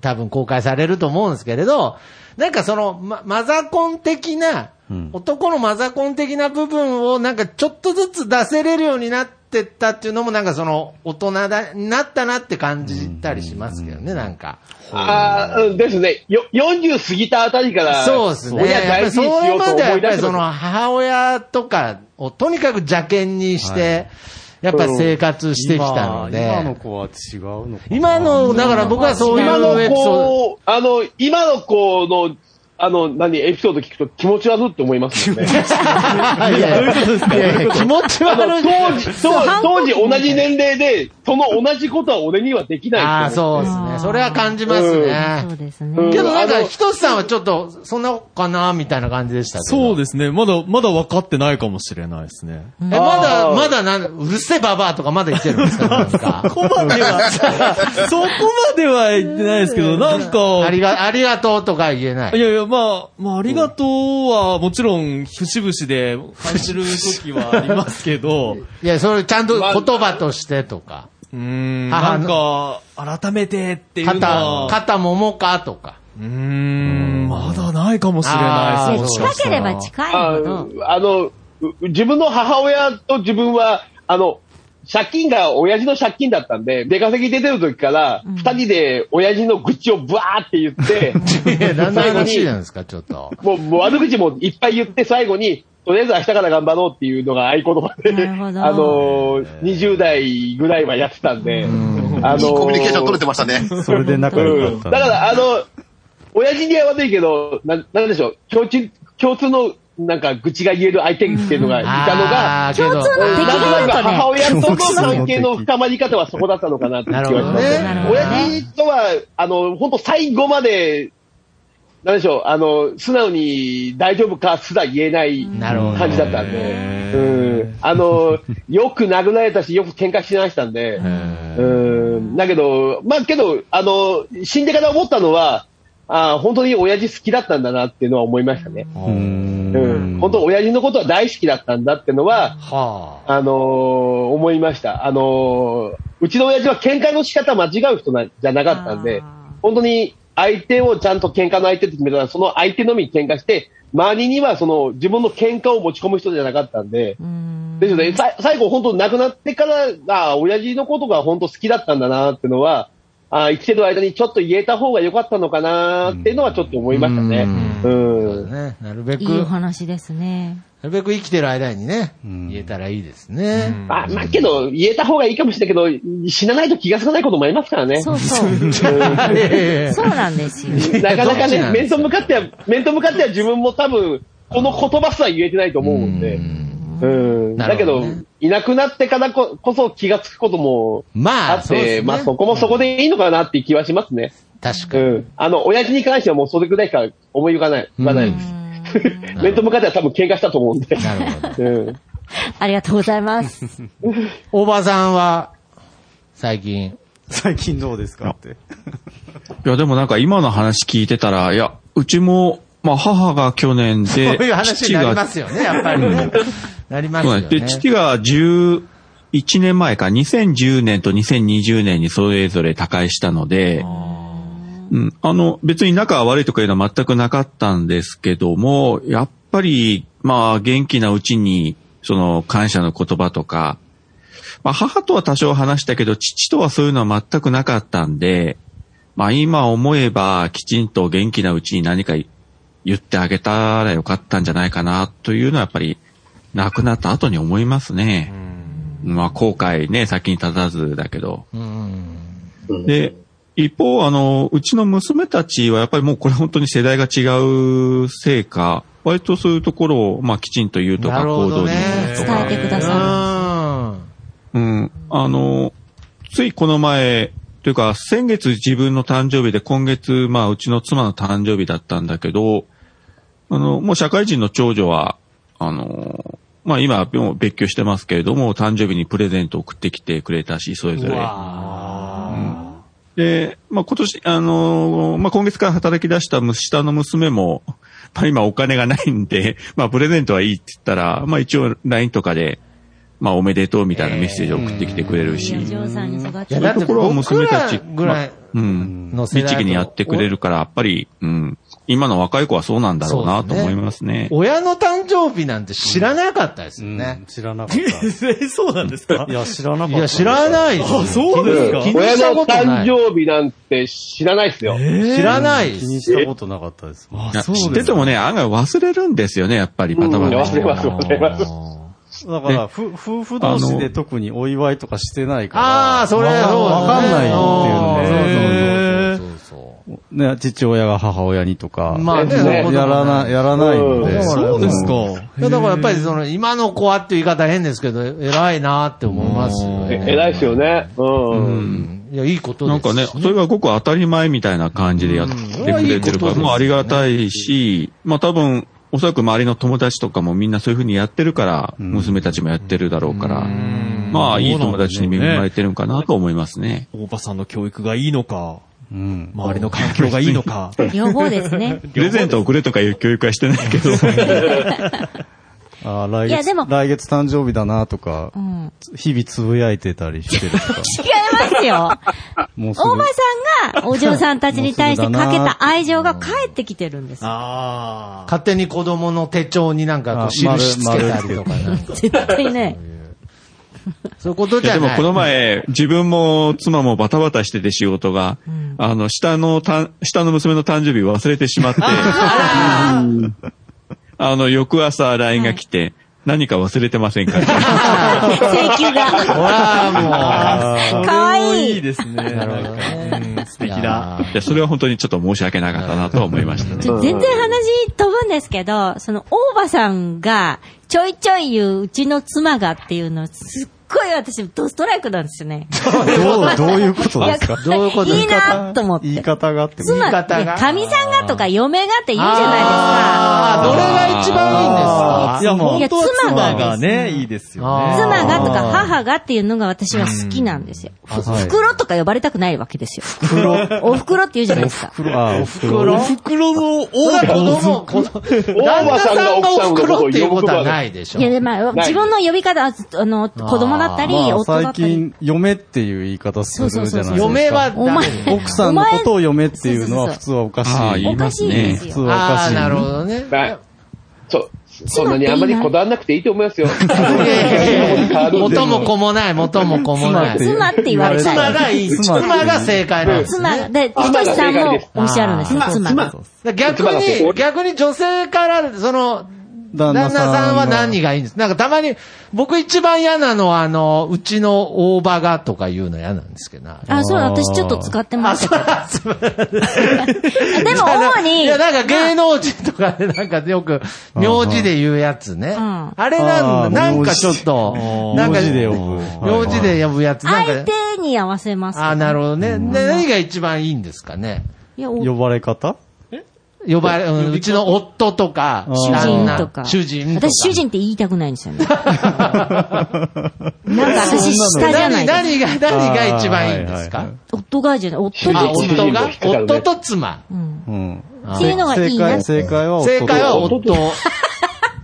[SPEAKER 10] 多分公開されると思うんですけれど、なんかその、ま、マザコン的な、男のマザコン的な部分をなんかちょっとずつ出せれるようになってったっていうのもなんかその、大人だ、なったなって感じたりしますけどね、なんか。
[SPEAKER 8] ああ、うんですね。よ、40過ぎたあたりから、
[SPEAKER 10] そうですね。
[SPEAKER 8] 親
[SPEAKER 10] や
[SPEAKER 8] 大
[SPEAKER 10] っぱり
[SPEAKER 8] 事
[SPEAKER 10] そ
[SPEAKER 8] にしよ
[SPEAKER 10] れ
[SPEAKER 8] うと思
[SPEAKER 10] まではやっ
[SPEAKER 8] い出
[SPEAKER 10] ぱ
[SPEAKER 8] し
[SPEAKER 10] り
[SPEAKER 8] た
[SPEAKER 10] そ
[SPEAKER 8] と
[SPEAKER 10] の
[SPEAKER 8] か。
[SPEAKER 10] 母親とかをとにかく邪険にして、やっぱ生活してきたので。
[SPEAKER 3] 今の子は違うのかな
[SPEAKER 10] 今の、だから僕はそうい
[SPEAKER 8] 今の
[SPEAKER 10] うエピソー
[SPEAKER 8] 子、あの、今の子の、あの、何、エピソード聞くと気持ち悪いって思いますよね。
[SPEAKER 10] ド。いやいやいやいや気持ち
[SPEAKER 8] あ
[SPEAKER 10] 悪
[SPEAKER 8] の、
[SPEAKER 10] い。
[SPEAKER 8] 当時、当時当時同じ年齢で、その同じことは俺にはできない
[SPEAKER 10] ああ、
[SPEAKER 8] う。
[SPEAKER 10] そうですね。それは感じます
[SPEAKER 4] そ
[SPEAKER 10] ね
[SPEAKER 4] う。です
[SPEAKER 8] う
[SPEAKER 4] ね。
[SPEAKER 8] ん
[SPEAKER 10] けどなん
[SPEAKER 8] あ
[SPEAKER 10] か、
[SPEAKER 8] の
[SPEAKER 10] ひとしさんはちょっと、そんなかな、みたいな感じでしたけど。
[SPEAKER 5] そうですね。まだ、まだ分かってないかもしれないですね。
[SPEAKER 10] え、まだ、まだなん、うるせえババアとかまだ言ってるんですかなん
[SPEAKER 5] そ
[SPEAKER 10] か。
[SPEAKER 5] こまでは、そこまでは言ってないですけど、なん
[SPEAKER 10] あ
[SPEAKER 5] か、
[SPEAKER 10] りが、ありがとうとか言えないい。
[SPEAKER 5] やいや、まあ、まあ、ありがとうは、もちろん、節々で感じる時はありますけ ど、
[SPEAKER 10] いや、それちゃんと言葉としてとか。
[SPEAKER 5] うーん、
[SPEAKER 10] 母
[SPEAKER 5] なん
[SPEAKER 10] の
[SPEAKER 5] か、改めてっていうの
[SPEAKER 10] 肩
[SPEAKER 5] は、、
[SPEAKER 10] 肩も もかとか。
[SPEAKER 5] うーん、まだないかもしれ
[SPEAKER 10] あ
[SPEAKER 5] な
[SPEAKER 10] ー
[SPEAKER 5] いですもしかし
[SPEAKER 4] 近け
[SPEAKER 5] た
[SPEAKER 4] れ
[SPEAKER 5] ら
[SPEAKER 4] ば近い
[SPEAKER 8] あ
[SPEAKER 4] ほど。
[SPEAKER 8] あの、う自分の母親と自分は、あの、借金が親父の借金だったんで、出稼ぎ出てる時から、二人で親父の愚痴をブワーって言って、
[SPEAKER 10] いや、だんだん話じゃないですか、ちょっと。
[SPEAKER 8] もう、もう悪口もいっぱい言って最後に、とりあえず明日から頑張ろうっていうのが合言葉で、
[SPEAKER 4] なるほど
[SPEAKER 8] あのー、20代ぐらいはやってたんで、あのー
[SPEAKER 9] いいコミュニケーション取れてましたね。
[SPEAKER 3] それで仲良
[SPEAKER 8] うん
[SPEAKER 3] か
[SPEAKER 8] だ
[SPEAKER 3] った。
[SPEAKER 8] から、あの、親父には悪いけど、な、なんでしょう、共通、共通のなんか愚痴が言える相手っていうのがいたのが、
[SPEAKER 10] けど
[SPEAKER 8] なんとなく母親との
[SPEAKER 3] 共通の敵
[SPEAKER 8] 関係の深まり方はそこだったのかなって気がしますね。
[SPEAKER 10] なる
[SPEAKER 4] ほどね
[SPEAKER 8] 親父とは、あの、本当最後まで、なんでしょう、あの、素直に大丈夫かすら言えない
[SPEAKER 10] なるほどね
[SPEAKER 8] 感じだったんで、うん。あの、 よく殴られたし、よく喧嘩してましたんで、うん。だけど、まあけど、あの、死んでから思ったのは、ああ、本当に親父好きだったんだなっていうのは思いましたね。
[SPEAKER 3] うー
[SPEAKER 8] うん。
[SPEAKER 3] ん
[SPEAKER 8] 本当、親父のことは大好きだったんだってのは、
[SPEAKER 10] はあ。
[SPEAKER 8] あのー思いました。あのーうちの親父は喧嘩の仕方間違う人なじゃなかったんで
[SPEAKER 4] あー、
[SPEAKER 8] 本当に相手をちゃんと喧嘩の相手って決めたら、その相手のみに喧嘩して、周りにはその自分の喧嘩を持ち込む人じゃなかったんで、
[SPEAKER 4] うん
[SPEAKER 8] ですよね、さ最後本当亡くなってから、ああ、親父のことが本当好きだったんだなってのは、ああ、生きてる間にちょっと言えた方が良かったのかなっていうのはちょっと思いましたね。うん
[SPEAKER 10] そうだね。なるべく、
[SPEAKER 4] いいお
[SPEAKER 10] な
[SPEAKER 4] 話ですね。
[SPEAKER 10] るべく生きてる間にね、
[SPEAKER 3] うん
[SPEAKER 10] 言えたらいいですね。
[SPEAKER 8] まあ、まあけど、言えた方がいいかもしれないけど、死なないと気がつかないこともありますからね。
[SPEAKER 4] そうそう。
[SPEAKER 10] いやいやいや
[SPEAKER 4] そうなんですよ。
[SPEAKER 8] なかなか
[SPEAKER 10] どっちな
[SPEAKER 8] ね、
[SPEAKER 10] んで
[SPEAKER 8] 面
[SPEAKER 10] すか
[SPEAKER 8] と向かっては、面と向かっては自分も多分、この言葉すら言えてないと思うんで。うん。
[SPEAKER 10] なる
[SPEAKER 8] だけ
[SPEAKER 10] ほど
[SPEAKER 8] ど
[SPEAKER 10] ね、
[SPEAKER 8] いなくなってからここそ気がつくことも
[SPEAKER 10] ま
[SPEAKER 8] あ
[SPEAKER 10] あ、
[SPEAKER 8] っ
[SPEAKER 10] そうで
[SPEAKER 8] て、
[SPEAKER 10] すね。
[SPEAKER 8] まあそこもそこでいいのかなっていう気はしますね。
[SPEAKER 10] 確か
[SPEAKER 8] う
[SPEAKER 10] に。
[SPEAKER 8] ん。あの、親父に関してはもうそれくらいしか思い浮かない、浮かないです。 面と向かっては多分喧嘩したと思うんで。
[SPEAKER 10] なるほど。
[SPEAKER 8] うん。
[SPEAKER 4] ありがとうございます。
[SPEAKER 10] おばさんは、最近、
[SPEAKER 3] 最近どうですかって。
[SPEAKER 6] いや、でもなんか今の話聞いてたら、いや、うちも、まあ母が去年で、
[SPEAKER 10] こういう話に
[SPEAKER 6] 父
[SPEAKER 10] なり
[SPEAKER 6] が、
[SPEAKER 10] ますよね、やっぱりね。なります
[SPEAKER 6] そう
[SPEAKER 10] よ
[SPEAKER 6] なん
[SPEAKER 10] ね
[SPEAKER 6] です。。で、父が11年前か、2010年と2020年にそれぞれ他界したので、うん、あの、別に仲が悪いとかいうのは全くなかったんですけども、やっぱり、まあ、元気なうちに、その、感謝の言葉とか、まあ、母とは多少話したけど、父とはそういうのは全くなかったんで、まあ、今思えば、きちんと元気なうちに何か言ってあげたらよかったんじゃないかな、というのはやっぱり、亡くなった後に思いますね。まあ、後悔ね、先に立たずだけど。
[SPEAKER 10] うん。
[SPEAKER 6] で、一方、あの、うちの娘たちはやっぱりもうこれ本当に世代が違うせいか、割とそういうところを、まあ、きちんと言うと
[SPEAKER 10] な
[SPEAKER 6] か、
[SPEAKER 10] る
[SPEAKER 6] 行
[SPEAKER 10] ほ
[SPEAKER 6] 動
[SPEAKER 10] ど
[SPEAKER 6] に
[SPEAKER 10] ね。
[SPEAKER 6] 移すと
[SPEAKER 4] 伝え
[SPEAKER 6] か。
[SPEAKER 4] てくだ
[SPEAKER 10] う
[SPEAKER 4] さ
[SPEAKER 6] う
[SPEAKER 10] ん。
[SPEAKER 6] ん。あの、ついこの前、というか、先月自分の誕生日で、今月、まあ、うちの妻の誕生日だったんだけど、あの、もう社会人の長女は、あの、まあ、今、もう別居してますけれども、誕生日にプレゼントを送ってきてくれたし、それぞれ。で、まあ、今年、あのーまあ、今月から働き出したむ下の娘も、 まあ、今お金がないんで、まあ、プレゼントはいいって言ったら、まあ、一応 LINE とかで、まあ、おめでとうみたいなメッセージを送ってきてくれる
[SPEAKER 4] い。
[SPEAKER 6] し、
[SPEAKER 4] お嬢さんに育
[SPEAKER 10] い
[SPEAKER 4] ち
[SPEAKER 10] や、
[SPEAKER 6] そうい
[SPEAKER 10] だ
[SPEAKER 6] う
[SPEAKER 10] って
[SPEAKER 6] ところは
[SPEAKER 10] 僕
[SPEAKER 6] 娘た
[SPEAKER 10] ら
[SPEAKER 6] ち
[SPEAKER 10] ぐらい
[SPEAKER 6] うん。
[SPEAKER 10] の世代だと
[SPEAKER 6] 律儀にやってくれるから、やっぱり、うん。今の若い子はそうなんだろうな
[SPEAKER 10] そうで
[SPEAKER 6] と
[SPEAKER 10] すね
[SPEAKER 6] 思いますね。
[SPEAKER 10] 親の誕生日なんて知らなかったですよね。
[SPEAKER 3] 知らなかっ
[SPEAKER 5] え、そうなんですか
[SPEAKER 3] た。いや、知らなかっ
[SPEAKER 10] い
[SPEAKER 3] た。
[SPEAKER 10] や、知らないですよ。
[SPEAKER 5] あそうですか
[SPEAKER 10] 気に気に
[SPEAKER 8] 親
[SPEAKER 10] したこ
[SPEAKER 8] の
[SPEAKER 10] とな
[SPEAKER 8] 誕
[SPEAKER 10] い。
[SPEAKER 8] 生日なんて知らないですよ。
[SPEAKER 10] 知らないで
[SPEAKER 3] 気に
[SPEAKER 10] す。
[SPEAKER 3] したことなかったです。
[SPEAKER 5] あ
[SPEAKER 6] いや
[SPEAKER 5] そう
[SPEAKER 6] 知っ
[SPEAKER 5] で
[SPEAKER 6] て
[SPEAKER 5] す
[SPEAKER 6] てもね、案外忘れるんですよね、やっぱり、バタバ
[SPEAKER 8] うん
[SPEAKER 6] タ
[SPEAKER 8] 忘れます、忘れます。
[SPEAKER 3] だから、ふ夫婦同士で特にお祝いとかしてないから。
[SPEAKER 10] ああ、それ、
[SPEAKER 3] わかわかんないっていうの
[SPEAKER 10] い
[SPEAKER 3] で。
[SPEAKER 10] っていうね。そうそうそうそう
[SPEAKER 3] ね、父親が母親にとか。
[SPEAKER 10] まあね
[SPEAKER 3] や
[SPEAKER 8] ね
[SPEAKER 3] やらな、やらないので。
[SPEAKER 5] そうですか。
[SPEAKER 10] いやだからやっぱりその、今の子はっていう言い方変ですけど、偉いなって思いますよ
[SPEAKER 8] え
[SPEAKER 10] ね。
[SPEAKER 8] 偉いですよね。うん
[SPEAKER 10] うん。いや、いいこと
[SPEAKER 6] なん
[SPEAKER 10] です
[SPEAKER 6] か
[SPEAKER 10] し
[SPEAKER 6] ね、それがごく当たり前みたいな感じでやってくれてるから、
[SPEAKER 10] うん
[SPEAKER 6] もうありがたいし、まあ多分、おそらく周りの友達とかもみんなそういうふうにやってるから、娘たちもやってるだろうから、まあいい友達に恵まれてるんかなと思いますね。
[SPEAKER 5] おばさんの教育がいいのか、
[SPEAKER 3] うん。
[SPEAKER 5] 周りの環境がいいのか。
[SPEAKER 4] 両方ですね。
[SPEAKER 6] プレゼント送れとかいう教育はしてないけど、
[SPEAKER 3] ああ、来
[SPEAKER 4] いやで
[SPEAKER 3] 月
[SPEAKER 4] も、
[SPEAKER 3] 来月誕生日だなとか
[SPEAKER 4] う、ん。
[SPEAKER 3] 日々つぶやいてたりしてるとか。
[SPEAKER 4] 違いますよ。
[SPEAKER 3] もうすぐ
[SPEAKER 4] 大場さんがお嬢さんたちに対してかけた愛情が返ってきてるんですよ。
[SPEAKER 5] ああ。
[SPEAKER 10] 勝手に子供の手帳になんかこう
[SPEAKER 3] あ
[SPEAKER 10] 印つけたりとかね。
[SPEAKER 4] 絶対ね。
[SPEAKER 10] そういうこと
[SPEAKER 6] い
[SPEAKER 10] じ
[SPEAKER 6] や
[SPEAKER 10] ゃ
[SPEAKER 6] でも
[SPEAKER 10] ない。
[SPEAKER 6] この前、自分も妻もバタバタしてて仕事が、あの、下のたん、下の娘の誕生日 忘れてしまって、あの、翌朝 LINE が来て、何か忘れてません か
[SPEAKER 4] 請求が。
[SPEAKER 5] それも
[SPEAKER 4] かわいい。
[SPEAKER 5] いいですね。なるほどね。素敵だ。
[SPEAKER 6] いやそれは本当にちょっと申し訳なかったなとは思いました
[SPEAKER 4] ち
[SPEAKER 6] ね。
[SPEAKER 4] ょ全然話飛ぶんですけど、その、大場さんが、ちょいちょい言う、うちの妻がっていうの、すっごい私、ドストライクなんですよね。
[SPEAKER 3] どう、どういうことですか
[SPEAKER 4] いやどういうことですかいいなと思って
[SPEAKER 3] 言い方があって。
[SPEAKER 4] 妻って、
[SPEAKER 10] 言い方が
[SPEAKER 4] 神さんがとか嫁がって言うじ
[SPEAKER 10] あ
[SPEAKER 4] ゃ
[SPEAKER 10] ーどれが一番いいんですか
[SPEAKER 5] いや、
[SPEAKER 4] いや
[SPEAKER 5] 本当は
[SPEAKER 4] 妻が
[SPEAKER 5] 妻がね、いいですよね。
[SPEAKER 10] あー
[SPEAKER 4] ないですか。妻がとか母がっていうのが私は好きなんですよ。ふ
[SPEAKER 10] はい
[SPEAKER 4] 袋とか呼ばれたくないわけですよ。お袋って言うじゃないですか。
[SPEAKER 3] あ、お袋。
[SPEAKER 5] 袋の大
[SPEAKER 10] それは
[SPEAKER 5] 葉
[SPEAKER 10] 子供、子供、旦那さんがお袋っていうことはないでしょ。
[SPEAKER 4] いや、でまあ、
[SPEAKER 8] ない
[SPEAKER 4] 自分の呼び方は、あの、子供だったり、
[SPEAKER 3] まあ
[SPEAKER 4] 夫だ
[SPEAKER 3] 最
[SPEAKER 4] ったり。
[SPEAKER 3] 近、嫁っていう言い方するじゃないですか。
[SPEAKER 10] 嫁はダメ
[SPEAKER 4] お前
[SPEAKER 3] 奥さんのことを嫁っていうのは普通はおかし
[SPEAKER 6] ああ、
[SPEAKER 3] い。
[SPEAKER 6] 言います
[SPEAKER 4] お
[SPEAKER 6] ね。
[SPEAKER 3] 普
[SPEAKER 4] かしいです
[SPEAKER 3] 通
[SPEAKER 4] よ
[SPEAKER 3] はおか
[SPEAKER 10] あ
[SPEAKER 3] し
[SPEAKER 10] あ、
[SPEAKER 3] い。
[SPEAKER 10] なるほどね。
[SPEAKER 8] まあ、そう、そんなにあんまりこだわらなくていいと思いますよ。
[SPEAKER 10] いや いやいや元も
[SPEAKER 8] こ
[SPEAKER 10] 子もない、元も子もない。妻
[SPEAKER 4] 妻って言われたい。
[SPEAKER 10] がいい。妻
[SPEAKER 3] 妻
[SPEAKER 10] が正解なんですね。
[SPEAKER 4] 妻が、で、ひ
[SPEAKER 8] 妻
[SPEAKER 4] としさん
[SPEAKER 8] 妻が
[SPEAKER 4] も
[SPEAKER 8] 正解です
[SPEAKER 4] おっしゃるんですよ、妻が。
[SPEAKER 10] だから逆に、逆に女性から、その、
[SPEAKER 3] 旦
[SPEAKER 10] 旦
[SPEAKER 3] 那
[SPEAKER 10] 那
[SPEAKER 3] さん
[SPEAKER 10] さんは
[SPEAKER 3] の
[SPEAKER 10] 何がいいんですなんかたまに、僕一番嫌なのは、あの、うちの大場がとか言うの嫌なんですけどな。
[SPEAKER 4] あ、そう、私ちょっと使って ましたけど。でも、主に、
[SPEAKER 10] いや、なんか芸能人とかでなんかよく、名字で言うやつね。
[SPEAKER 4] ん
[SPEAKER 10] あれなんだ、
[SPEAKER 3] あー
[SPEAKER 10] なんかちょっ
[SPEAKER 3] 名
[SPEAKER 10] と、
[SPEAKER 3] 字
[SPEAKER 10] なんか、
[SPEAKER 3] 名字で呼ぶ
[SPEAKER 10] 名字で呼ぶやつ。なん
[SPEAKER 4] 相
[SPEAKER 10] か、
[SPEAKER 4] 手に合わせます。
[SPEAKER 10] あーなるほどね。で、何が一番いいんですかね。
[SPEAKER 4] いや、お
[SPEAKER 3] 呼ばれ方
[SPEAKER 10] 呼ばれ、うんうちの夫とか、
[SPEAKER 4] 主
[SPEAKER 10] 旦那
[SPEAKER 4] 人とか。
[SPEAKER 10] 主人とか。
[SPEAKER 4] 私、主人って言いた くないんですよね。なんか私、下じゃな
[SPEAKER 10] 何、
[SPEAKER 4] いです
[SPEAKER 10] 何が、何が一番いいんです
[SPEAKER 3] あーはい
[SPEAKER 10] か
[SPEAKER 4] 夫がじゃない、夫
[SPEAKER 10] あ、
[SPEAKER 4] と
[SPEAKER 10] 夫が
[SPEAKER 8] 主人と
[SPEAKER 10] 夫と妻。
[SPEAKER 4] うん。
[SPEAKER 3] うん。
[SPEAKER 4] っていうのがいい
[SPEAKER 3] 正
[SPEAKER 4] な
[SPEAKER 3] 解、。正解は夫と
[SPEAKER 10] 正解は夫。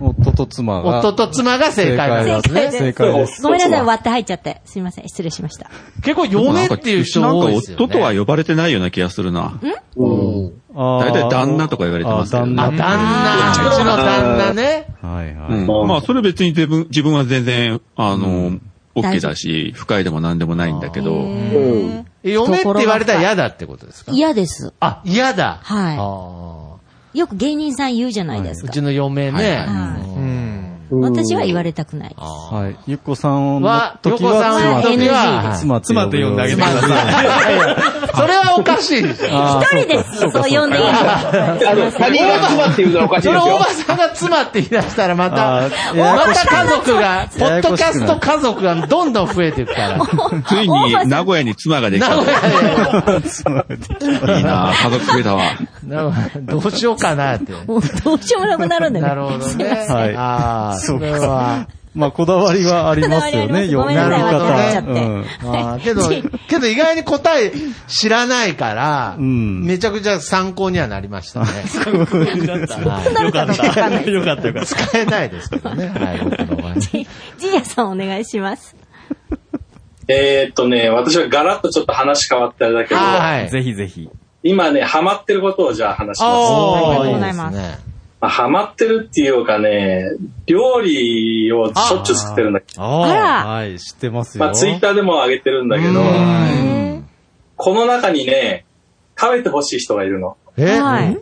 [SPEAKER 3] 夫と妻が。
[SPEAKER 10] 夫と妻が正解なんですね。
[SPEAKER 3] 正解です。
[SPEAKER 4] ごめんなさい、割って入っちゃって。すいません、失礼しました。
[SPEAKER 10] 結構嫁っていう人
[SPEAKER 6] なん
[SPEAKER 10] 多
[SPEAKER 6] か
[SPEAKER 10] いですよ、ね。
[SPEAKER 6] 夫とは呼ばれてないような気がするな。
[SPEAKER 3] 大
[SPEAKER 6] 大体旦那とか言われてますけど
[SPEAKER 3] 旦
[SPEAKER 10] あ、
[SPEAKER 3] 那。
[SPEAKER 10] 旦那、うちの旦那ね。
[SPEAKER 3] はいは
[SPEAKER 6] う
[SPEAKER 3] い。
[SPEAKER 6] ん。まあ、それ別に自分、自分は全然、あの、OK だし、不快でも何でもないんだけど、
[SPEAKER 8] うん。
[SPEAKER 10] 嫁って言われたら嫌だってことですか
[SPEAKER 4] 嫌です。
[SPEAKER 10] あ、嫌だ。
[SPEAKER 4] はい
[SPEAKER 10] あ
[SPEAKER 4] よく芸人さん言うじゃないです
[SPEAKER 10] ーう
[SPEAKER 4] か。
[SPEAKER 10] ちの嫁ね。
[SPEAKER 6] はいはい
[SPEAKER 4] は
[SPEAKER 5] うん。
[SPEAKER 4] い私は言われたくないです。
[SPEAKER 3] はい。ゆっこさんの
[SPEAKER 10] は、横
[SPEAKER 3] 時
[SPEAKER 10] さんは
[SPEAKER 3] は
[SPEAKER 4] 時
[SPEAKER 10] 時は
[SPEAKER 4] は、
[SPEAKER 3] 妻、妻
[SPEAKER 5] 妻
[SPEAKER 3] って
[SPEAKER 5] と
[SPEAKER 3] 呼ん
[SPEAKER 5] 呼ん
[SPEAKER 3] であげ
[SPEAKER 5] であげ
[SPEAKER 3] て
[SPEAKER 5] て
[SPEAKER 3] く
[SPEAKER 5] く
[SPEAKER 3] だ
[SPEAKER 5] だ
[SPEAKER 3] さい。
[SPEAKER 5] さい。
[SPEAKER 10] それはおかしいですよ。
[SPEAKER 4] 一人です。そう呼んでいいの。
[SPEAKER 8] あの、他人が妻っていうのはおかしい
[SPEAKER 10] そ
[SPEAKER 8] で
[SPEAKER 10] れ
[SPEAKER 8] す
[SPEAKER 10] お
[SPEAKER 8] よ
[SPEAKER 10] ば。さんが妻って言い出したらま
[SPEAKER 3] あ
[SPEAKER 10] た、
[SPEAKER 3] ーやや
[SPEAKER 10] ま
[SPEAKER 3] こしたくな
[SPEAKER 10] 家
[SPEAKER 3] る
[SPEAKER 10] 族が、ポッ
[SPEAKER 3] やや
[SPEAKER 10] ド
[SPEAKER 3] こしく
[SPEAKER 10] キ
[SPEAKER 3] な
[SPEAKER 10] ャス
[SPEAKER 3] る
[SPEAKER 10] ト家族がどんどん増えていくから。
[SPEAKER 6] ついに名古屋に妻ができた。 いいな家族増え たわ。
[SPEAKER 10] などうしようかなって。
[SPEAKER 4] もうどうしようもなくなるんだよ。
[SPEAKER 10] なるほどね。
[SPEAKER 3] はい
[SPEAKER 10] ああ、
[SPEAKER 3] そ
[SPEAKER 10] そう
[SPEAKER 3] か
[SPEAKER 10] れは。
[SPEAKER 3] まあ、こだわりはありますよね、
[SPEAKER 4] こだわりありますごめんなさい
[SPEAKER 3] 呼び
[SPEAKER 4] わ
[SPEAKER 3] 方。
[SPEAKER 10] ああ、けど、 けど意外に答え知らないから、
[SPEAKER 3] うん
[SPEAKER 10] めちゃくちゃ参考にはなりましたね。
[SPEAKER 5] よかった。よかったよかった。
[SPEAKER 10] 使えないですけどね。はい、僕 の場合。
[SPEAKER 4] ジーヤさんお願いします。
[SPEAKER 7] えーっとね、私はガラッとちょっと話変わったんだけど、
[SPEAKER 10] あはい。
[SPEAKER 5] ぜひぜひ。
[SPEAKER 7] 今ね、ハマってることをじゃあ話します。
[SPEAKER 10] あ
[SPEAKER 4] ありがとう
[SPEAKER 10] ー
[SPEAKER 4] ございます
[SPEAKER 10] ね。
[SPEAKER 7] まあハマってるっていうかね、料理をしょっちゅう作ってるんだけど、
[SPEAKER 3] あ
[SPEAKER 4] あら
[SPEAKER 3] あ、はい、知ってますよ。
[SPEAKER 7] まあツイッターでも上げてるんだけど、この中にね、食べてほしい人がいるの。
[SPEAKER 10] え
[SPEAKER 4] はい。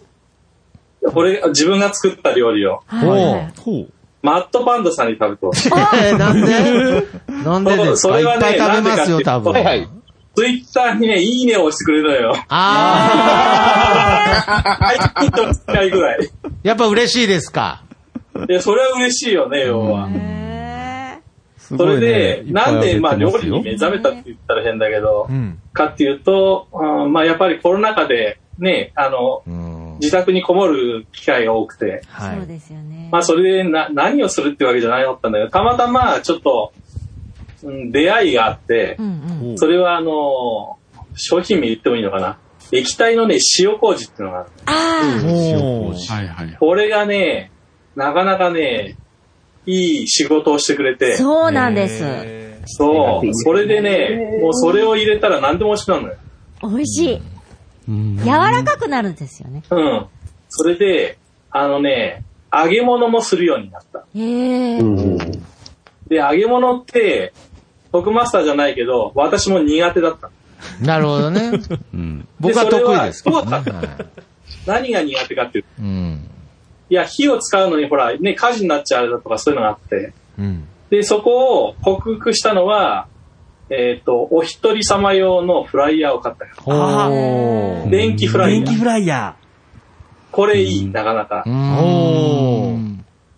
[SPEAKER 7] 俺、自分が作った料理を、
[SPEAKER 4] はい。
[SPEAKER 7] マットパンダさんに食べてほしい。
[SPEAKER 10] えーなんでなんでです
[SPEAKER 7] そ
[SPEAKER 10] かい
[SPEAKER 7] れ
[SPEAKER 10] っ
[SPEAKER 7] はね
[SPEAKER 10] ぱい食べますよ、多分。
[SPEAKER 8] はいはい。
[SPEAKER 7] ツイッターにね、いいねを押してくれるのよ。
[SPEAKER 10] あ
[SPEAKER 7] はい、ちょっと近いぐらい。
[SPEAKER 10] あ、 やっぱ嬉しいですか。
[SPEAKER 7] で、それは嬉しいよね、要は。
[SPEAKER 3] す
[SPEAKER 7] そ
[SPEAKER 3] ご
[SPEAKER 7] れ
[SPEAKER 3] い
[SPEAKER 7] で、
[SPEAKER 3] ね
[SPEAKER 7] なんで、まあ、料理に
[SPEAKER 3] い
[SPEAKER 7] 目
[SPEAKER 3] っ
[SPEAKER 7] 覚めたって言ったら変だけど
[SPEAKER 5] う、ん。
[SPEAKER 7] かっていうと、あーまあ、やっぱりコロナ禍で、ね、あの、自宅にこもる機会が多くて、
[SPEAKER 5] は
[SPEAKER 4] そう
[SPEAKER 5] い。
[SPEAKER 4] ですよね。
[SPEAKER 7] まあ、それでな何をするってわけじゃないかったんだけど、たまたま、ちょっと、うん出会いがあって
[SPEAKER 4] う、ん
[SPEAKER 7] それは、あの、商品名言ってもいいのかな。液体のね、塩麹っていうのがある。
[SPEAKER 5] もう、
[SPEAKER 6] はいはい。
[SPEAKER 7] これがね、なかなかね、いい仕事をしてくれ
[SPEAKER 4] うん。
[SPEAKER 7] て、
[SPEAKER 4] そうなんです。
[SPEAKER 7] そう。それでね、もうそれを入れたら何でも美味しくなるのよ。
[SPEAKER 4] 美味しい。柔らかくなるんですよね。
[SPEAKER 7] うん。それで、あのね、揚げ物もするようになった。
[SPEAKER 4] へえ。
[SPEAKER 7] で、揚げ物って、僕マスターじゃないけど、私も苦手だった。
[SPEAKER 10] なるほど ね。
[SPEAKER 3] うん。
[SPEAKER 10] 僕は得意ですけどね。
[SPEAKER 7] でそれは
[SPEAKER 10] はい
[SPEAKER 7] 何が苦手かっていう
[SPEAKER 10] うん。
[SPEAKER 7] と、いや、火を使うのにほら、ね、火事になっちゃうだとかそういうのがあって、
[SPEAKER 10] うん。
[SPEAKER 7] で、そこを克服したのは、えっ、と、お一人様用のフライヤーを買ったよ。
[SPEAKER 5] お
[SPEAKER 7] 電気フライヤー
[SPEAKER 5] 電気フライヤ
[SPEAKER 7] これいい、なかなか。
[SPEAKER 5] ー。お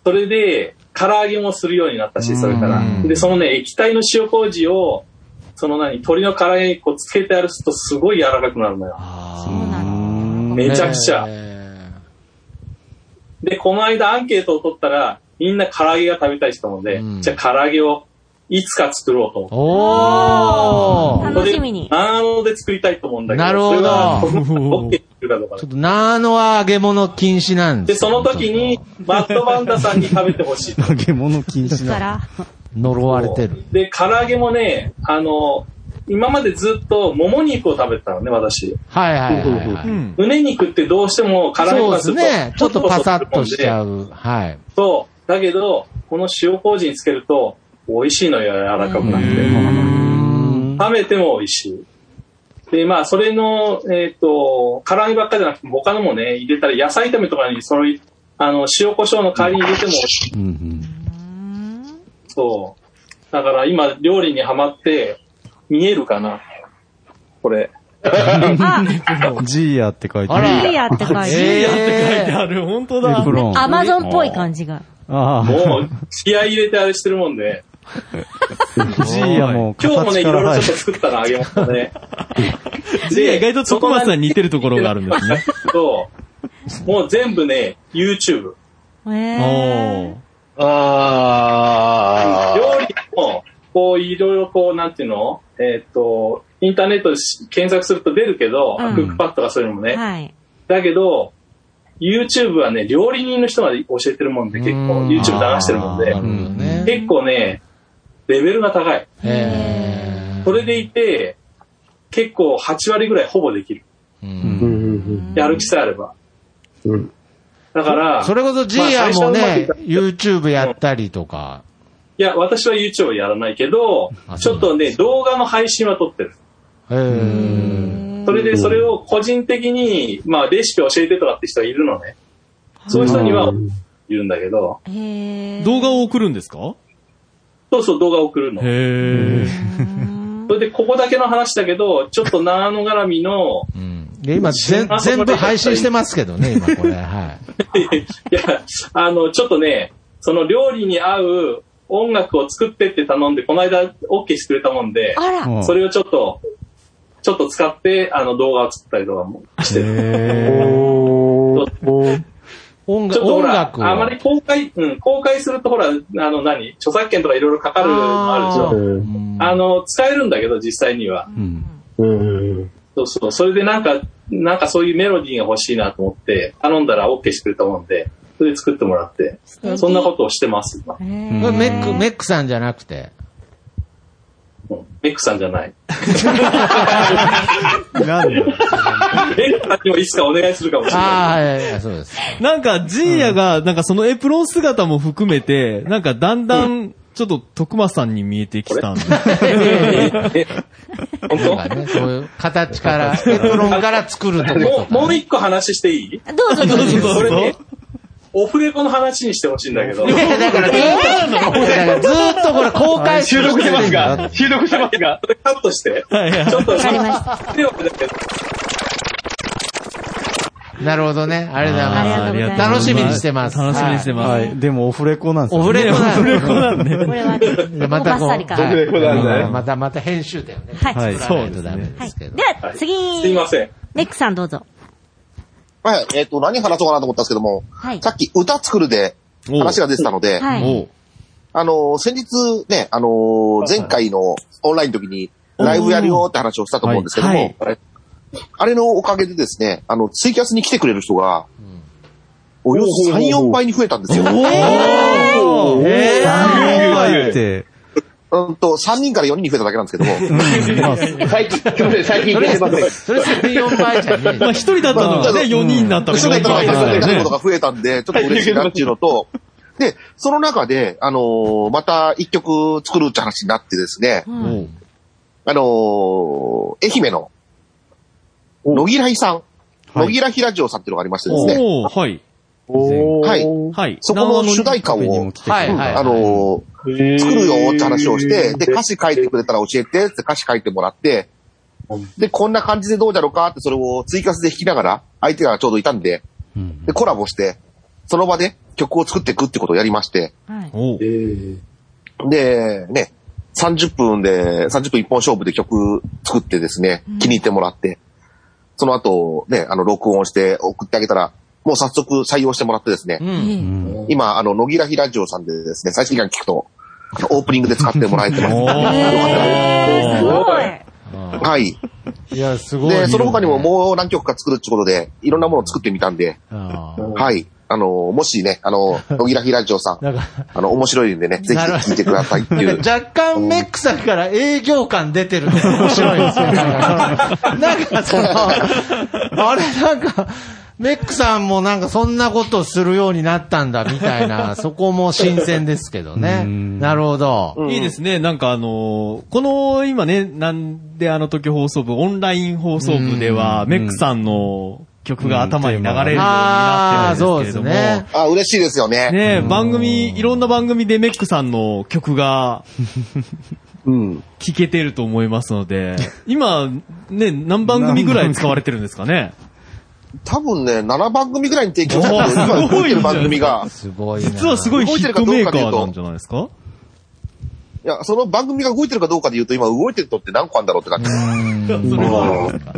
[SPEAKER 7] それで、唐揚げもするようになったし、それから。で、そのね、液体の塩麹を、その何、鶏の唐揚げにこうつけてやるとすごい柔らかくなるのよ。めちゃくちゃ。で、この間アンケートを取ったら、みんな唐揚げが食べたい人なので、じゃあ唐揚げをいつか作ろうと思って。
[SPEAKER 10] おー
[SPEAKER 4] 楽しみに。
[SPEAKER 7] あので作りたいと思うんだけど、
[SPEAKER 10] なるほど
[SPEAKER 7] それが僕が OK って言うかどうか ね
[SPEAKER 10] ちょっと、ナーノは揚げ物禁止なんで
[SPEAKER 7] で、
[SPEAKER 10] す。
[SPEAKER 7] その時に、マットバンダさんに食べてほしい。
[SPEAKER 3] 揚げ物禁 止
[SPEAKER 4] か
[SPEAKER 3] な。
[SPEAKER 4] ら。
[SPEAKER 10] 呪われてる。
[SPEAKER 7] で、唐揚げもね、あの、今までずっともも肉を食べてたのね、私。
[SPEAKER 10] はいはいはいはい。
[SPEAKER 5] うん。
[SPEAKER 7] 胸肉ってどうしても唐揚げと
[SPEAKER 10] そう
[SPEAKER 7] か
[SPEAKER 10] ですす
[SPEAKER 7] ると、
[SPEAKER 10] ね。ちょっとパサッとしちゃ
[SPEAKER 7] う。
[SPEAKER 10] う。はい。
[SPEAKER 7] そう。だけど、この塩麹につけると、美味しいのよ、柔らかくなって。食べても美味しい。で、まあ、それの、えっ、と、唐揚げばっかじゃなくて、他のもね、入れたら、野菜炒めとかに、その、あの、塩胡椒の代わりに入れても美味しい。そう。だから、今、料理にはまって、見えるかなこれ。
[SPEAKER 4] あ、
[SPEAKER 3] ジーヤって書いて
[SPEAKER 10] あら
[SPEAKER 4] ジーヤって書いてある
[SPEAKER 5] 書いて
[SPEAKER 10] え
[SPEAKER 5] ある、本当
[SPEAKER 3] エ
[SPEAKER 5] だ
[SPEAKER 3] プ。ロン。
[SPEAKER 4] アマゾンっぽい感じが。
[SPEAKER 3] あ
[SPEAKER 7] もう、気合い入れてあれしてるもんで、
[SPEAKER 3] あ、ジーヤも
[SPEAKER 7] 今日も
[SPEAKER 3] 形
[SPEAKER 7] ね、い
[SPEAKER 3] か
[SPEAKER 7] ろ
[SPEAKER 3] ら
[SPEAKER 7] いろ
[SPEAKER 3] 入
[SPEAKER 7] ちょっと作ったのあげました ね。
[SPEAKER 5] ジー意外と徳松さんに似てるところがあるんですね。
[SPEAKER 7] そう。もう全部ね、YouTube。
[SPEAKER 4] え
[SPEAKER 5] お
[SPEAKER 4] ー。
[SPEAKER 5] ー。
[SPEAKER 8] あ
[SPEAKER 7] 料理も、こう、いろいろこう、なんていうのえーっと、インターネットでし検索すると出るけど、
[SPEAKER 4] うん
[SPEAKER 7] クックパッドとかそういうのもね。
[SPEAKER 4] はい。
[SPEAKER 7] だけど、YouTube はね、料理人の人が教えてるもんで、結構、YouTube 流してるもんで
[SPEAKER 10] なる、ほどね。
[SPEAKER 7] 結構ね、レベルが高い。
[SPEAKER 10] え
[SPEAKER 7] それでいて、結構8割ぐらいほぼできる。
[SPEAKER 10] ー
[SPEAKER 7] やる気さえあれば。だから、
[SPEAKER 10] それこそジーヤも
[SPEAKER 7] まあ最初はう
[SPEAKER 10] ね
[SPEAKER 7] まく、
[SPEAKER 10] YouTube やったりとか。
[SPEAKER 7] いや、私は YouTube はやらないけど
[SPEAKER 10] あ、
[SPEAKER 7] ちょっとね、動画の配信は撮ってる。
[SPEAKER 10] えー
[SPEAKER 7] それでそれを個人的に、まあ、レシピ教えてとかって人がいるのね。そういう人には言うんだけど、
[SPEAKER 4] へー
[SPEAKER 5] 動画を送るんですか
[SPEAKER 7] そうそう動画送るの。
[SPEAKER 5] へえ。
[SPEAKER 7] それでここだけの話だけど、ちょっと長野絡みの、
[SPEAKER 10] うんで今、全全部配信してますけど ね、今これ。はい
[SPEAKER 7] や、あの、ちょっとね、その料理に合う音楽を作ってって頼んで、この間 OK してくれたもんで、
[SPEAKER 4] あら。
[SPEAKER 3] うん
[SPEAKER 7] それをちょっと、ちょっと使って、あの動画を作ったりとかもしてる。
[SPEAKER 10] い。音楽、
[SPEAKER 7] ちょっとほ
[SPEAKER 10] 音
[SPEAKER 7] ら、
[SPEAKER 10] 楽を。
[SPEAKER 7] あまり公開、うん、公開するとほら、あの何、著作権とかいろいろかかるのあるでしょ。あの、使えるんだけど、実際には。そうそう。それでなんか、なんかそういうメロディーが欲しいなと思って、頼んだら OK してくれたもんで、それで作ってもらって、
[SPEAKER 4] 敵
[SPEAKER 7] そんなことをしてます、今。
[SPEAKER 4] へー
[SPEAKER 10] これメック、メックさんじゃなくて。
[SPEAKER 7] うんメックさんじゃない。
[SPEAKER 3] なんで
[SPEAKER 7] メックさんにもいつかお願いするかもしれない。
[SPEAKER 10] ああ、はい はい、そうです。
[SPEAKER 5] なんか、ジーヤが、なんかそのエプロン姿も含めて、なんかだんだん、ちょっと徳松さんに見えてき たんで。
[SPEAKER 7] 本
[SPEAKER 10] なんかね、そういう形から、エプロンから作ると
[SPEAKER 7] 当も
[SPEAKER 10] こ
[SPEAKER 7] う、
[SPEAKER 10] と
[SPEAKER 7] も
[SPEAKER 10] か
[SPEAKER 7] う
[SPEAKER 10] ね。
[SPEAKER 7] 一個話していい
[SPEAKER 4] どうぞどうぞ。
[SPEAKER 7] それね、オフレコの話にしてほしいんだけど、
[SPEAKER 10] いやだからずっと、いやだからずっとこれ公開
[SPEAKER 8] 収録してますが、収録してますが、
[SPEAKER 7] それカットして、
[SPEAKER 5] はいはい
[SPEAKER 7] ちょっと、
[SPEAKER 4] わかりました
[SPEAKER 7] 手をだけど
[SPEAKER 10] なるほどね。ありがとうござい
[SPEAKER 4] あ
[SPEAKER 10] ま
[SPEAKER 4] りがとうございます
[SPEAKER 10] す。楽しみにしてます。
[SPEAKER 5] 楽しみにしてます。
[SPEAKER 3] はい。でもオフレコなんですよ
[SPEAKER 10] オ
[SPEAKER 3] ね
[SPEAKER 10] フレコなんで
[SPEAKER 5] なんで。
[SPEAKER 4] これはね、
[SPEAKER 10] ま
[SPEAKER 4] バッ
[SPEAKER 10] たこう、
[SPEAKER 4] サリか。
[SPEAKER 10] は
[SPEAKER 4] はい
[SPEAKER 8] オフレコなんで
[SPEAKER 10] またまたまた編集だよね。
[SPEAKER 4] い。はい
[SPEAKER 10] 作らないとダメですけ
[SPEAKER 4] い。
[SPEAKER 10] ど
[SPEAKER 4] では、次、
[SPEAKER 7] すいません。
[SPEAKER 4] メックさんどうぞ。
[SPEAKER 9] はい、えっ、と、何話そうかなと思ったんですけども、
[SPEAKER 4] はい
[SPEAKER 9] さ。っき歌作るで話が出てたので、
[SPEAKER 4] はい。
[SPEAKER 9] あのー、先日ね、あのー、前回のオンラインの時にライブやるよって話をしたと思うんですけども、
[SPEAKER 5] はい
[SPEAKER 9] あれあれのおかげでですね、あの、ツイキャスに来てくれる人が、およそ3、4倍に増えたんですよ。
[SPEAKER 5] おー
[SPEAKER 10] え
[SPEAKER 3] 入って、
[SPEAKER 9] うんと、3人から4人に増えただけなんですけども、
[SPEAKER 8] 最近、すみません、最近聞いてません。
[SPEAKER 10] ーそれ34倍じゃねえじ
[SPEAKER 5] まあ一人だったのがね、4人になったら
[SPEAKER 9] 人がいた
[SPEAKER 5] 四
[SPEAKER 9] ら
[SPEAKER 5] 人にな
[SPEAKER 9] 増
[SPEAKER 5] っ
[SPEAKER 9] えること
[SPEAKER 5] たらね
[SPEAKER 9] が増えたんで、ちょっと嬉しいなっていうのと、で、その中で、あのーまた一曲作るって話になってですね、
[SPEAKER 4] うん
[SPEAKER 9] あのー愛媛の、野木らひさん、野木らひラジオさんっていうのがありましてですね、
[SPEAKER 5] おーはい。
[SPEAKER 9] はい。
[SPEAKER 5] はい。
[SPEAKER 9] そこの主題歌を、
[SPEAKER 3] 南湾の
[SPEAKER 10] は
[SPEAKER 9] う
[SPEAKER 10] い
[SPEAKER 9] ん
[SPEAKER 10] はい。
[SPEAKER 9] あのー、作るよって話をして、で、歌詞書いてくれたら教えてって歌詞書いてもらって、で、こんな感じでどうだろうかってそれを追加で弾きながら、相手がちょうどいたんで、で、コラボして、その場で曲を作っていくってことをやりまして、
[SPEAKER 4] はい。
[SPEAKER 5] おう
[SPEAKER 9] で、ね、30分で、30分一本勝負で曲作ってですね、気に入ってもらって、その後、ね、あの、録音して送ってあげたら、もう早速採用してもらってですね、今、あの、野木らひラジオさんでですね、最新刊聞くと、オープニングで使ってもらえてます。よか
[SPEAKER 4] えー、すごい。
[SPEAKER 9] ったらはい。
[SPEAKER 3] いや、すごい。
[SPEAKER 9] で、その他にももう何曲か作るってことで、いろんなものを作ってみたんで、
[SPEAKER 10] あー
[SPEAKER 9] はい。あの、もしね、あ の、野木らひラジオさん、
[SPEAKER 10] なんか、
[SPEAKER 9] あの、面白いんでね、ぜひ
[SPEAKER 10] なるほど
[SPEAKER 9] 聞いてくださいって いう。
[SPEAKER 10] 若干メックさんから営業感出てるのが面白いですね。なんかその、あれなんか、メックさんもなんかそんなことするようになったんだみたいな、そこも新鮮ですけどね。
[SPEAKER 3] うん
[SPEAKER 10] なるほど。
[SPEAKER 5] いいですね。なんかあのーこの、今ね、なんであの時放送部、オンライン放送部では、
[SPEAKER 3] うん
[SPEAKER 5] メックさんの曲が頭に流れるようにな
[SPEAKER 10] あ
[SPEAKER 5] っ
[SPEAKER 10] あ、
[SPEAKER 5] てる
[SPEAKER 10] そ
[SPEAKER 5] ん
[SPEAKER 10] う
[SPEAKER 5] で
[SPEAKER 10] です
[SPEAKER 5] け
[SPEAKER 10] す
[SPEAKER 5] れども
[SPEAKER 10] ね。。
[SPEAKER 9] あ、嬉しいですよね。
[SPEAKER 5] ね番組、いろんな番組でメックさんの曲が
[SPEAKER 9] うん。
[SPEAKER 5] 聴けてると思いますので、今、ね、何番組ぐらい使われてるんですかね。
[SPEAKER 9] 多分ね、7番組ぐらいに提供
[SPEAKER 5] お
[SPEAKER 9] さ
[SPEAKER 5] ー
[SPEAKER 9] れてる、今動いてる番組が、
[SPEAKER 10] すごいな。
[SPEAKER 5] 実はすごいヒットメーカーなんじゃないですか
[SPEAKER 9] いや、その番組が動いてるかどうかで言うと、今動いてるとって何個あるんだろうって感じ。
[SPEAKER 5] それはあるんですか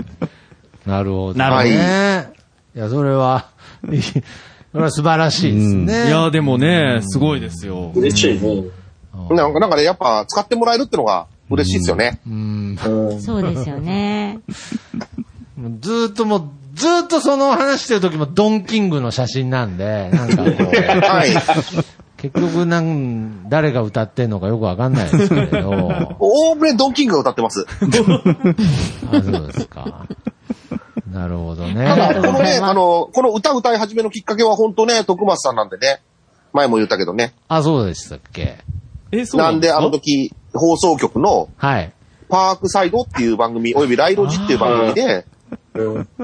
[SPEAKER 10] なるほど。
[SPEAKER 5] な
[SPEAKER 9] るほど
[SPEAKER 10] ね。いや、それは、 いいそれは素晴らしいですね。
[SPEAKER 5] いや、でもね、すごいです よ。
[SPEAKER 7] 嬉しいね。
[SPEAKER 9] なんかなんかね、やっぱ使ってもらえるってのが嬉しいですよね。
[SPEAKER 10] うん
[SPEAKER 4] そうですよね。
[SPEAKER 10] もうずーっともう、ずーっとその話してる時もドンキングの写真なんで、なんかこう、
[SPEAKER 9] はい。
[SPEAKER 10] 結局なん、誰が歌ってんのかよくわかんないですけれど、
[SPEAKER 9] おおむねドンキングが歌ってます。
[SPEAKER 10] あそうですか。なるほどね。
[SPEAKER 9] ただ、このね、
[SPEAKER 10] ま
[SPEAKER 9] あの、この歌歌い始めのきっかけは本当ね、徳松さんなんでね。前も言ったけどね。
[SPEAKER 10] あ、そうでしたっけ。
[SPEAKER 5] え、そう
[SPEAKER 9] なんで
[SPEAKER 5] か
[SPEAKER 9] あの時、放送局の
[SPEAKER 10] はい。
[SPEAKER 9] パークサイドっていう番組、およびライロジっていう番組で、
[SPEAKER 7] うん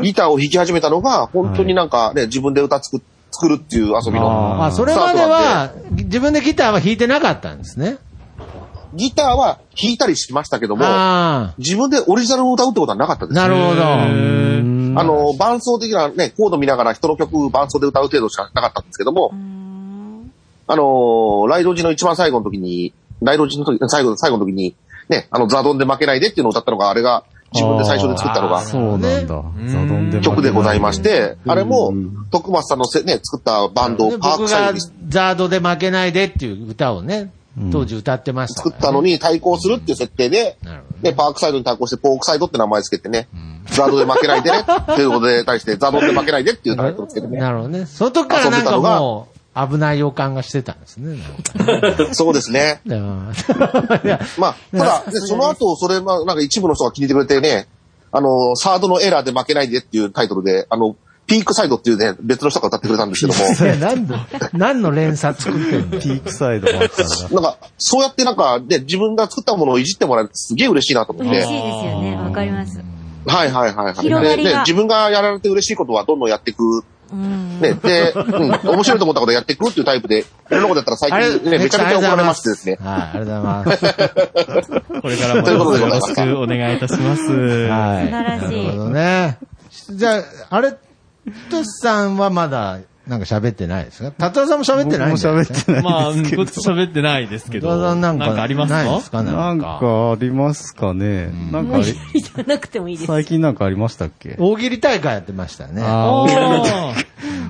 [SPEAKER 9] ギターを弾き始めたのが、本当になんかね、自分で歌作る作るっていう遊びの。
[SPEAKER 10] まあ、それまでは、自分でギターは弾いてなかったんですね。
[SPEAKER 9] ギターは弾いたりしましたけども、
[SPEAKER 10] あ
[SPEAKER 9] 自分でオリジナルを歌うってことはなかった
[SPEAKER 10] あ、
[SPEAKER 9] です。
[SPEAKER 10] なるほど。
[SPEAKER 9] あの、伴奏的なね、コード見ながら人の曲伴奏で歌う程度しかなかったんですけども、あの、ライド時の一番最後の時に、ライド時の時最後、最後の時に、ね、あの、ザドンで負けないでっていうのを歌ったのが、あれが自分で最初で作ったのが
[SPEAKER 10] あー
[SPEAKER 3] そうなんだ。ザドンで
[SPEAKER 9] 曲でございま
[SPEAKER 3] し
[SPEAKER 9] して、あれも、徳松さんのせね、作ったバンド
[SPEAKER 10] で
[SPEAKER 9] をパー
[SPEAKER 10] 僕
[SPEAKER 9] クサイド
[SPEAKER 10] が
[SPEAKER 9] に
[SPEAKER 10] ザードで負けないでっていう歌をね、当時歌ってました
[SPEAKER 9] 作
[SPEAKER 10] からね、
[SPEAKER 9] ったのに対抗するっていう設定で、
[SPEAKER 10] なるほど
[SPEAKER 9] ね、パークサイドに対抗して、ポークサイドって名前つけてね、ザドで負けないでね、ということで対して、ザドで負けないでっていうタイトルつけてね。
[SPEAKER 10] なるほどね。外からなんかもう、危ない予感がしてたんですね。
[SPEAKER 9] そうですね。
[SPEAKER 10] なんかいや
[SPEAKER 9] まあ、ただ、ね、その後、それ、まあ、なんか一部の人が聞いてくれてね、あの、サードのエラーで負けないでっていうタイトルで、あの、ピークサイドっていうね、別の人が歌ってくれたんですけども、
[SPEAKER 10] い や、何の、何の連鎖作ってんだよ
[SPEAKER 3] ピークサイドばっかりだ。
[SPEAKER 9] なんか、そうやってなんか、ね、自分が作ったものをいじってもらえるってすげえ嬉しいなと思っ
[SPEAKER 4] 嬉
[SPEAKER 9] て
[SPEAKER 4] しいで、すよね。わかります。
[SPEAKER 9] はいはいはいはい。
[SPEAKER 4] 広がりが
[SPEAKER 9] でね、自分がやられて嬉しいことはどんどんやっていく。
[SPEAKER 4] うん。
[SPEAKER 9] ね、で、うん、面白いと思ったことやっていくっていうタイプで、いろんなことやったら最
[SPEAKER 10] あれ、
[SPEAKER 9] 近ね、めちゃめちゃ怒られましてですね。
[SPEAKER 10] はい、ありがとうございます。
[SPEAKER 5] これからもよろしくお願いいたします。
[SPEAKER 10] はい。
[SPEAKER 4] 素晴らしい
[SPEAKER 10] なるほどね。じゃあ、あれ、としさんはまだ、なんか喋ってないですかたとさんも喋ってないんじゃ ないですか
[SPEAKER 3] 僕も喋ってない。
[SPEAKER 5] ま あ、うんこっち喋ってないですけ
[SPEAKER 10] た
[SPEAKER 5] ど。
[SPEAKER 10] とさんなんか、
[SPEAKER 5] あります
[SPEAKER 10] ないで
[SPEAKER 5] か
[SPEAKER 10] すか
[SPEAKER 3] な
[SPEAKER 10] なん
[SPEAKER 3] ん
[SPEAKER 10] か。
[SPEAKER 3] かありますかね。なんか
[SPEAKER 4] も
[SPEAKER 3] あ
[SPEAKER 4] う
[SPEAKER 3] り、
[SPEAKER 4] いらなくてもいいです。
[SPEAKER 3] 最近なんかありましたっけ
[SPEAKER 10] 大喜利大会やってましたね。
[SPEAKER 3] あ
[SPEAKER 5] お
[SPEAKER 3] ー
[SPEAKER 5] ー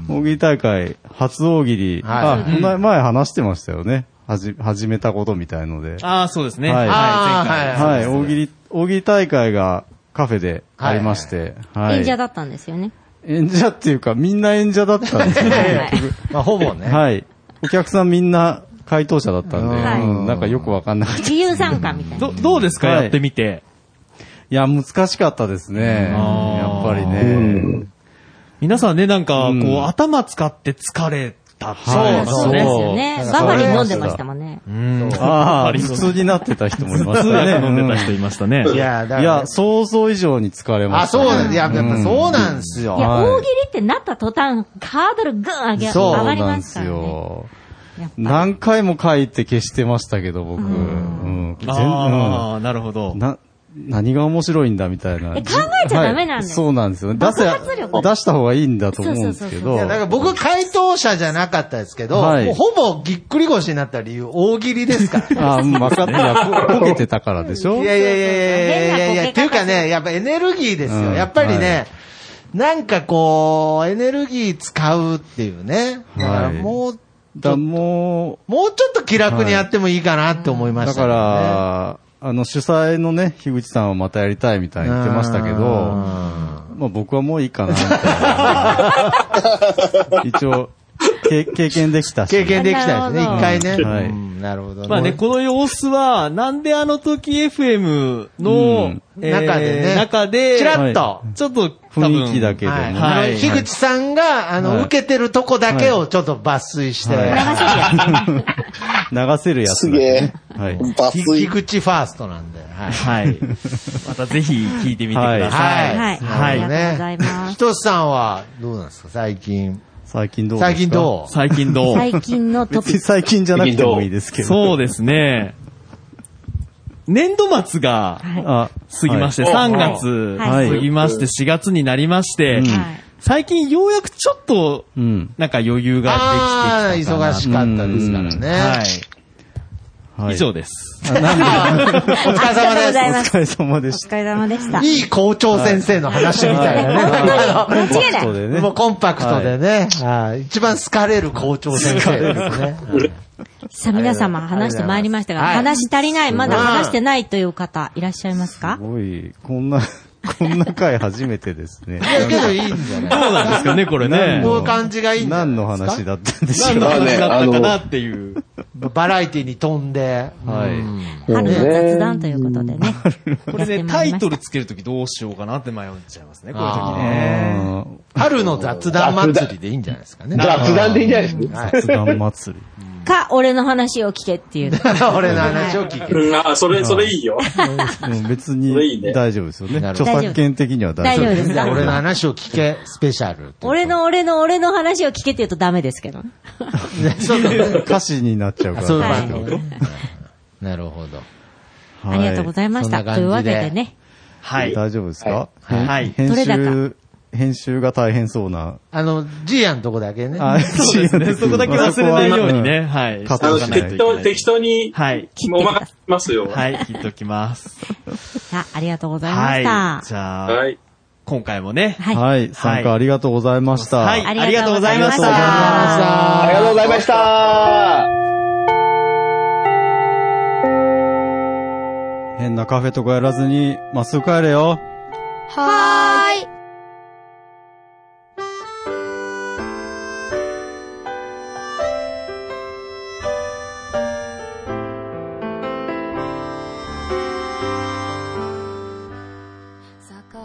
[SPEAKER 3] 大喜利大会、初大喜利。
[SPEAKER 10] はい
[SPEAKER 3] あ、この前話してましたよね。はじ、始めたことみたいので。
[SPEAKER 5] あー、そうですね。
[SPEAKER 3] はい
[SPEAKER 10] あー
[SPEAKER 5] はい、前回。
[SPEAKER 3] はい、大喜利、大喜利大会がカフェでありまして。はい。
[SPEAKER 4] 演者だったんですよね。
[SPEAKER 3] 演者っていうか、みんな演者だったんですよ
[SPEAKER 4] は
[SPEAKER 3] ね。
[SPEAKER 4] い。
[SPEAKER 10] まあ、ほぼね。
[SPEAKER 3] はい。お客さんみんな回答者だったんで、
[SPEAKER 4] はい
[SPEAKER 3] うんなんかよくわかんなかった。い
[SPEAKER 4] 自由参加みたいな。
[SPEAKER 5] ど、どうですか、
[SPEAKER 3] はい
[SPEAKER 5] やってみて。
[SPEAKER 3] や、難しかったですね。
[SPEAKER 5] あ
[SPEAKER 3] やっ
[SPEAKER 5] ー
[SPEAKER 3] ぱりね。
[SPEAKER 5] 皆さんね、なんか、こう、
[SPEAKER 3] うん
[SPEAKER 5] 頭使って疲れった。
[SPEAKER 3] はい
[SPEAKER 4] そうですよね。
[SPEAKER 10] そう
[SPEAKER 4] バファリン飲んでましたもんね。
[SPEAKER 5] うん。
[SPEAKER 3] ああ、
[SPEAKER 5] ありそう
[SPEAKER 3] 普通になってた人もいま
[SPEAKER 5] 普
[SPEAKER 3] し
[SPEAKER 5] 通
[SPEAKER 3] たね。
[SPEAKER 5] 薬飲んでた人いましたね。
[SPEAKER 10] いや、だ
[SPEAKER 3] い
[SPEAKER 10] から
[SPEAKER 3] や、、想像以上に疲れま
[SPEAKER 10] あ、
[SPEAKER 3] した
[SPEAKER 10] そ
[SPEAKER 3] ね。
[SPEAKER 10] うなんやっぱ
[SPEAKER 3] うん
[SPEAKER 10] そうなんです
[SPEAKER 4] い
[SPEAKER 10] よ。
[SPEAKER 4] や、
[SPEAKER 3] はい
[SPEAKER 4] 大喜利ってなった途端、ハードルぐん上げ、
[SPEAKER 10] そう
[SPEAKER 4] 上がり
[SPEAKER 3] なん
[SPEAKER 4] ま
[SPEAKER 3] ですす
[SPEAKER 4] からね。
[SPEAKER 3] よ。
[SPEAKER 4] やっぱり
[SPEAKER 3] 何回も書いて消してましたけど、僕。うん。全
[SPEAKER 5] ああ、なるほ
[SPEAKER 3] う
[SPEAKER 5] ど
[SPEAKER 3] ん。。な、何が面白いんだみたいな。
[SPEAKER 4] え考えちゃダメなんだよ
[SPEAKER 3] はいそうなんですよね。出
[SPEAKER 4] 爆
[SPEAKER 3] せ、
[SPEAKER 4] 発力
[SPEAKER 3] 出した方がいいんだと思うんですけ
[SPEAKER 4] そう
[SPEAKER 3] ど
[SPEAKER 10] い。やだから僕、回答者じゃなかったですけど、
[SPEAKER 3] はい
[SPEAKER 10] もうほぼぎっくり腰になった理由、大喜利ですからね。
[SPEAKER 3] ああ、うんわかった。いやここけてたからでしょ
[SPEAKER 10] いやいやいやいやいやいやいや、って
[SPEAKER 4] 変なこけ方
[SPEAKER 10] いうかね、やっぱエネルギーですよ。
[SPEAKER 3] うん
[SPEAKER 10] やっぱり
[SPEAKER 3] は
[SPEAKER 10] ね、なんかこう、エネルギー使うっていうね。だから
[SPEAKER 3] はい
[SPEAKER 10] もう、
[SPEAKER 3] だ、も、
[SPEAKER 10] もうちょっと気楽にやってもいいかなって思いうま
[SPEAKER 3] だ
[SPEAKER 10] したけど
[SPEAKER 3] か
[SPEAKER 10] ね、
[SPEAKER 3] ら、あの、主催のね、樋口さんはまたやりたいみたいに言ってましたけど、
[SPEAKER 10] うん
[SPEAKER 3] まあ僕はもういいかなみ たいな、一応、け経験できたし。
[SPEAKER 10] 経験できたですね、
[SPEAKER 4] な
[SPEAKER 10] 一回ね。
[SPEAKER 3] はい
[SPEAKER 10] うんなるほど
[SPEAKER 5] まあね、この様子は、なんであの時 FM
[SPEAKER 3] う
[SPEAKER 5] の
[SPEAKER 3] ん、
[SPEAKER 5] えー
[SPEAKER 10] 中でね
[SPEAKER 5] 中で、
[SPEAKER 10] ちらっ
[SPEAKER 3] は
[SPEAKER 10] と。
[SPEAKER 5] ちょっと、多分
[SPEAKER 3] 雰囲気だけでも。
[SPEAKER 10] はい
[SPEAKER 5] はい
[SPEAKER 10] あの樋口さんが、あの、
[SPEAKER 3] はい
[SPEAKER 10] 受けてるとこだけをちょっと抜粋して、
[SPEAKER 3] はい
[SPEAKER 4] 流せるやつ。
[SPEAKER 3] 流せるやつだね。はい。
[SPEAKER 9] 抜
[SPEAKER 10] ひ
[SPEAKER 9] 粋
[SPEAKER 10] 樋。口ファーストなんで、はい。
[SPEAKER 5] はい。またぜひ聞いてみてください。
[SPEAKER 10] は
[SPEAKER 4] は
[SPEAKER 10] い。
[SPEAKER 4] い
[SPEAKER 10] なるほどね
[SPEAKER 4] ありがとうございます
[SPEAKER 10] ひとしさんは、どうなんですか、最近。
[SPEAKER 3] 最近どうですか
[SPEAKER 10] 最近どう
[SPEAKER 5] 最近どう
[SPEAKER 4] 最近のト
[SPEAKER 3] 別
[SPEAKER 4] ピ
[SPEAKER 3] に
[SPEAKER 4] ック。
[SPEAKER 3] 最近じゃなくてもいいですけど。
[SPEAKER 5] そうですね。年度末が
[SPEAKER 3] あ、
[SPEAKER 5] 過ぎまして、
[SPEAKER 7] はい
[SPEAKER 5] 3月
[SPEAKER 4] はい
[SPEAKER 5] 過ぎまして、4月になりまして、
[SPEAKER 3] うん
[SPEAKER 4] はい
[SPEAKER 5] 最近ようやくちょっと、
[SPEAKER 3] うん。
[SPEAKER 5] なんか余裕が
[SPEAKER 10] ああ
[SPEAKER 5] で
[SPEAKER 10] ー、
[SPEAKER 5] きてきたかな。
[SPEAKER 10] 忙しかったですからね。
[SPEAKER 5] はい。
[SPEAKER 3] はい。
[SPEAKER 5] 以上です。
[SPEAKER 10] お疲れ様
[SPEAKER 4] ありがとうご
[SPEAKER 10] で
[SPEAKER 4] ざい
[SPEAKER 10] す。
[SPEAKER 3] お
[SPEAKER 4] ます
[SPEAKER 3] 疲れ様でし
[SPEAKER 4] お疲れ様でした。
[SPEAKER 10] いい校長先生の話みたいな ね。あの
[SPEAKER 4] 間違い
[SPEAKER 3] た。
[SPEAKER 4] ない。
[SPEAKER 3] そうでね。
[SPEAKER 10] もうコンパクトでね、はい一番好かれる校長先生ですね。
[SPEAKER 4] さあ皆様話してまいりましたが、
[SPEAKER 10] はい
[SPEAKER 4] 話足りない、まだ話してないという方いらっしゃいます
[SPEAKER 3] す
[SPEAKER 4] か
[SPEAKER 3] ごい、こんな、 こんな回初めてです
[SPEAKER 10] い
[SPEAKER 3] ね。
[SPEAKER 10] や、けどいいんじゃ
[SPEAKER 5] ど
[SPEAKER 10] ないう
[SPEAKER 5] なんですかね、これね。
[SPEAKER 10] こういう感じがいいんじゃ
[SPEAKER 3] 何
[SPEAKER 10] な
[SPEAKER 3] の
[SPEAKER 10] いですか
[SPEAKER 3] 話だったんでしょ
[SPEAKER 5] 何
[SPEAKER 3] う
[SPEAKER 5] の話だったか
[SPEAKER 9] ま
[SPEAKER 5] な
[SPEAKER 9] あ
[SPEAKER 5] っていう。
[SPEAKER 10] バラエティに飛んで。
[SPEAKER 3] は
[SPEAKER 10] う
[SPEAKER 3] い
[SPEAKER 10] ん
[SPEAKER 4] 春の雑談ということでね。
[SPEAKER 5] こ
[SPEAKER 4] や
[SPEAKER 5] れ
[SPEAKER 4] って
[SPEAKER 5] ね、
[SPEAKER 4] ま
[SPEAKER 5] タ
[SPEAKER 4] いり
[SPEAKER 5] イ
[SPEAKER 4] ました
[SPEAKER 5] トルつけるときどうしようかなって迷っちゃいますね、こういう時ね。
[SPEAKER 10] ね
[SPEAKER 3] あー
[SPEAKER 10] 春の雑談祭りでいいんじゃないですかね。
[SPEAKER 8] 雑談でいいんじゃないですか。
[SPEAKER 10] はい
[SPEAKER 3] 雑談祭り。
[SPEAKER 4] か、俺の話を聞けって いう。
[SPEAKER 10] 俺の話を聞け。
[SPEAKER 7] うん、あ、それ、それいいよ。
[SPEAKER 3] うん別
[SPEAKER 7] それいい
[SPEAKER 3] に
[SPEAKER 7] ね
[SPEAKER 3] 大丈夫ですよね。
[SPEAKER 10] なるほ
[SPEAKER 3] 著
[SPEAKER 4] ど
[SPEAKER 3] 作権的には大丈夫
[SPEAKER 4] 大丈夫です
[SPEAKER 10] じゃあ俺の話を聞け、スペシャル。
[SPEAKER 4] 俺の俺の俺の話を聞けって言うとダメですけど。
[SPEAKER 10] そうだね
[SPEAKER 3] 歌詞になっちゃうから。
[SPEAKER 10] そういう
[SPEAKER 4] はい
[SPEAKER 10] 番組ね。なるほど。
[SPEAKER 4] ありがとうございまし
[SPEAKER 10] そ
[SPEAKER 4] た。
[SPEAKER 10] んな
[SPEAKER 4] と
[SPEAKER 10] 感じ
[SPEAKER 4] い
[SPEAKER 10] で
[SPEAKER 4] うわけでね。
[SPEAKER 5] はい。
[SPEAKER 3] 大丈夫ですか
[SPEAKER 10] はい
[SPEAKER 5] はい
[SPEAKER 3] 編
[SPEAKER 4] どれだ
[SPEAKER 3] 集、編集が大変そうな。
[SPEAKER 10] あの、ジーヤのとこだけね。
[SPEAKER 3] あ
[SPEAKER 5] そうですね。 そこだけ忘れないようにね。
[SPEAKER 3] ん
[SPEAKER 5] はい。
[SPEAKER 3] カッ
[SPEAKER 7] あ
[SPEAKER 3] ト
[SPEAKER 7] の、
[SPEAKER 3] しない
[SPEAKER 7] 適当、適当に、
[SPEAKER 5] はい。
[SPEAKER 7] お任せしますよ。
[SPEAKER 5] はい、聞いときます。
[SPEAKER 4] さあ、ありがとうございま
[SPEAKER 5] はい。
[SPEAKER 4] し
[SPEAKER 5] じ
[SPEAKER 4] た。
[SPEAKER 5] ゃ
[SPEAKER 7] は
[SPEAKER 5] あ、
[SPEAKER 7] い。
[SPEAKER 5] 今回もね。
[SPEAKER 4] はい
[SPEAKER 3] はい。参加ありがとうございました。
[SPEAKER 5] はい。ありがとうございまし
[SPEAKER 4] ありがとうございました
[SPEAKER 5] た。
[SPEAKER 10] あ
[SPEAKER 8] ありがとうございました。
[SPEAKER 3] 変なカフェとかやらずに、まっすぐ帰れよ。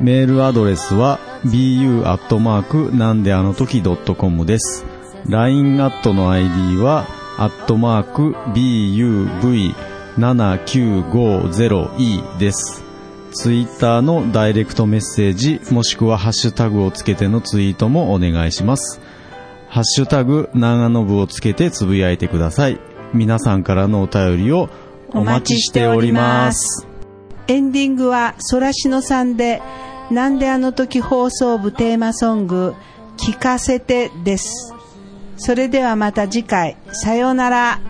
[SPEAKER 3] メールアドレスは bu アットマークなんであの時 .com です。LINE アットの ID はアットマーク buv7950e です。ツイッターのダイレクトメッセージもしくはハッシュタグをつけてのツイートもお願いします。ハッシュタグ長野部をつけてつぶやいてください。皆さんからのお便りをお待ちしております。
[SPEAKER 11] エンディングはソラシノさんで、なんであの時放送部テーマソング、聞かせてです。それではまた次回、さようなら。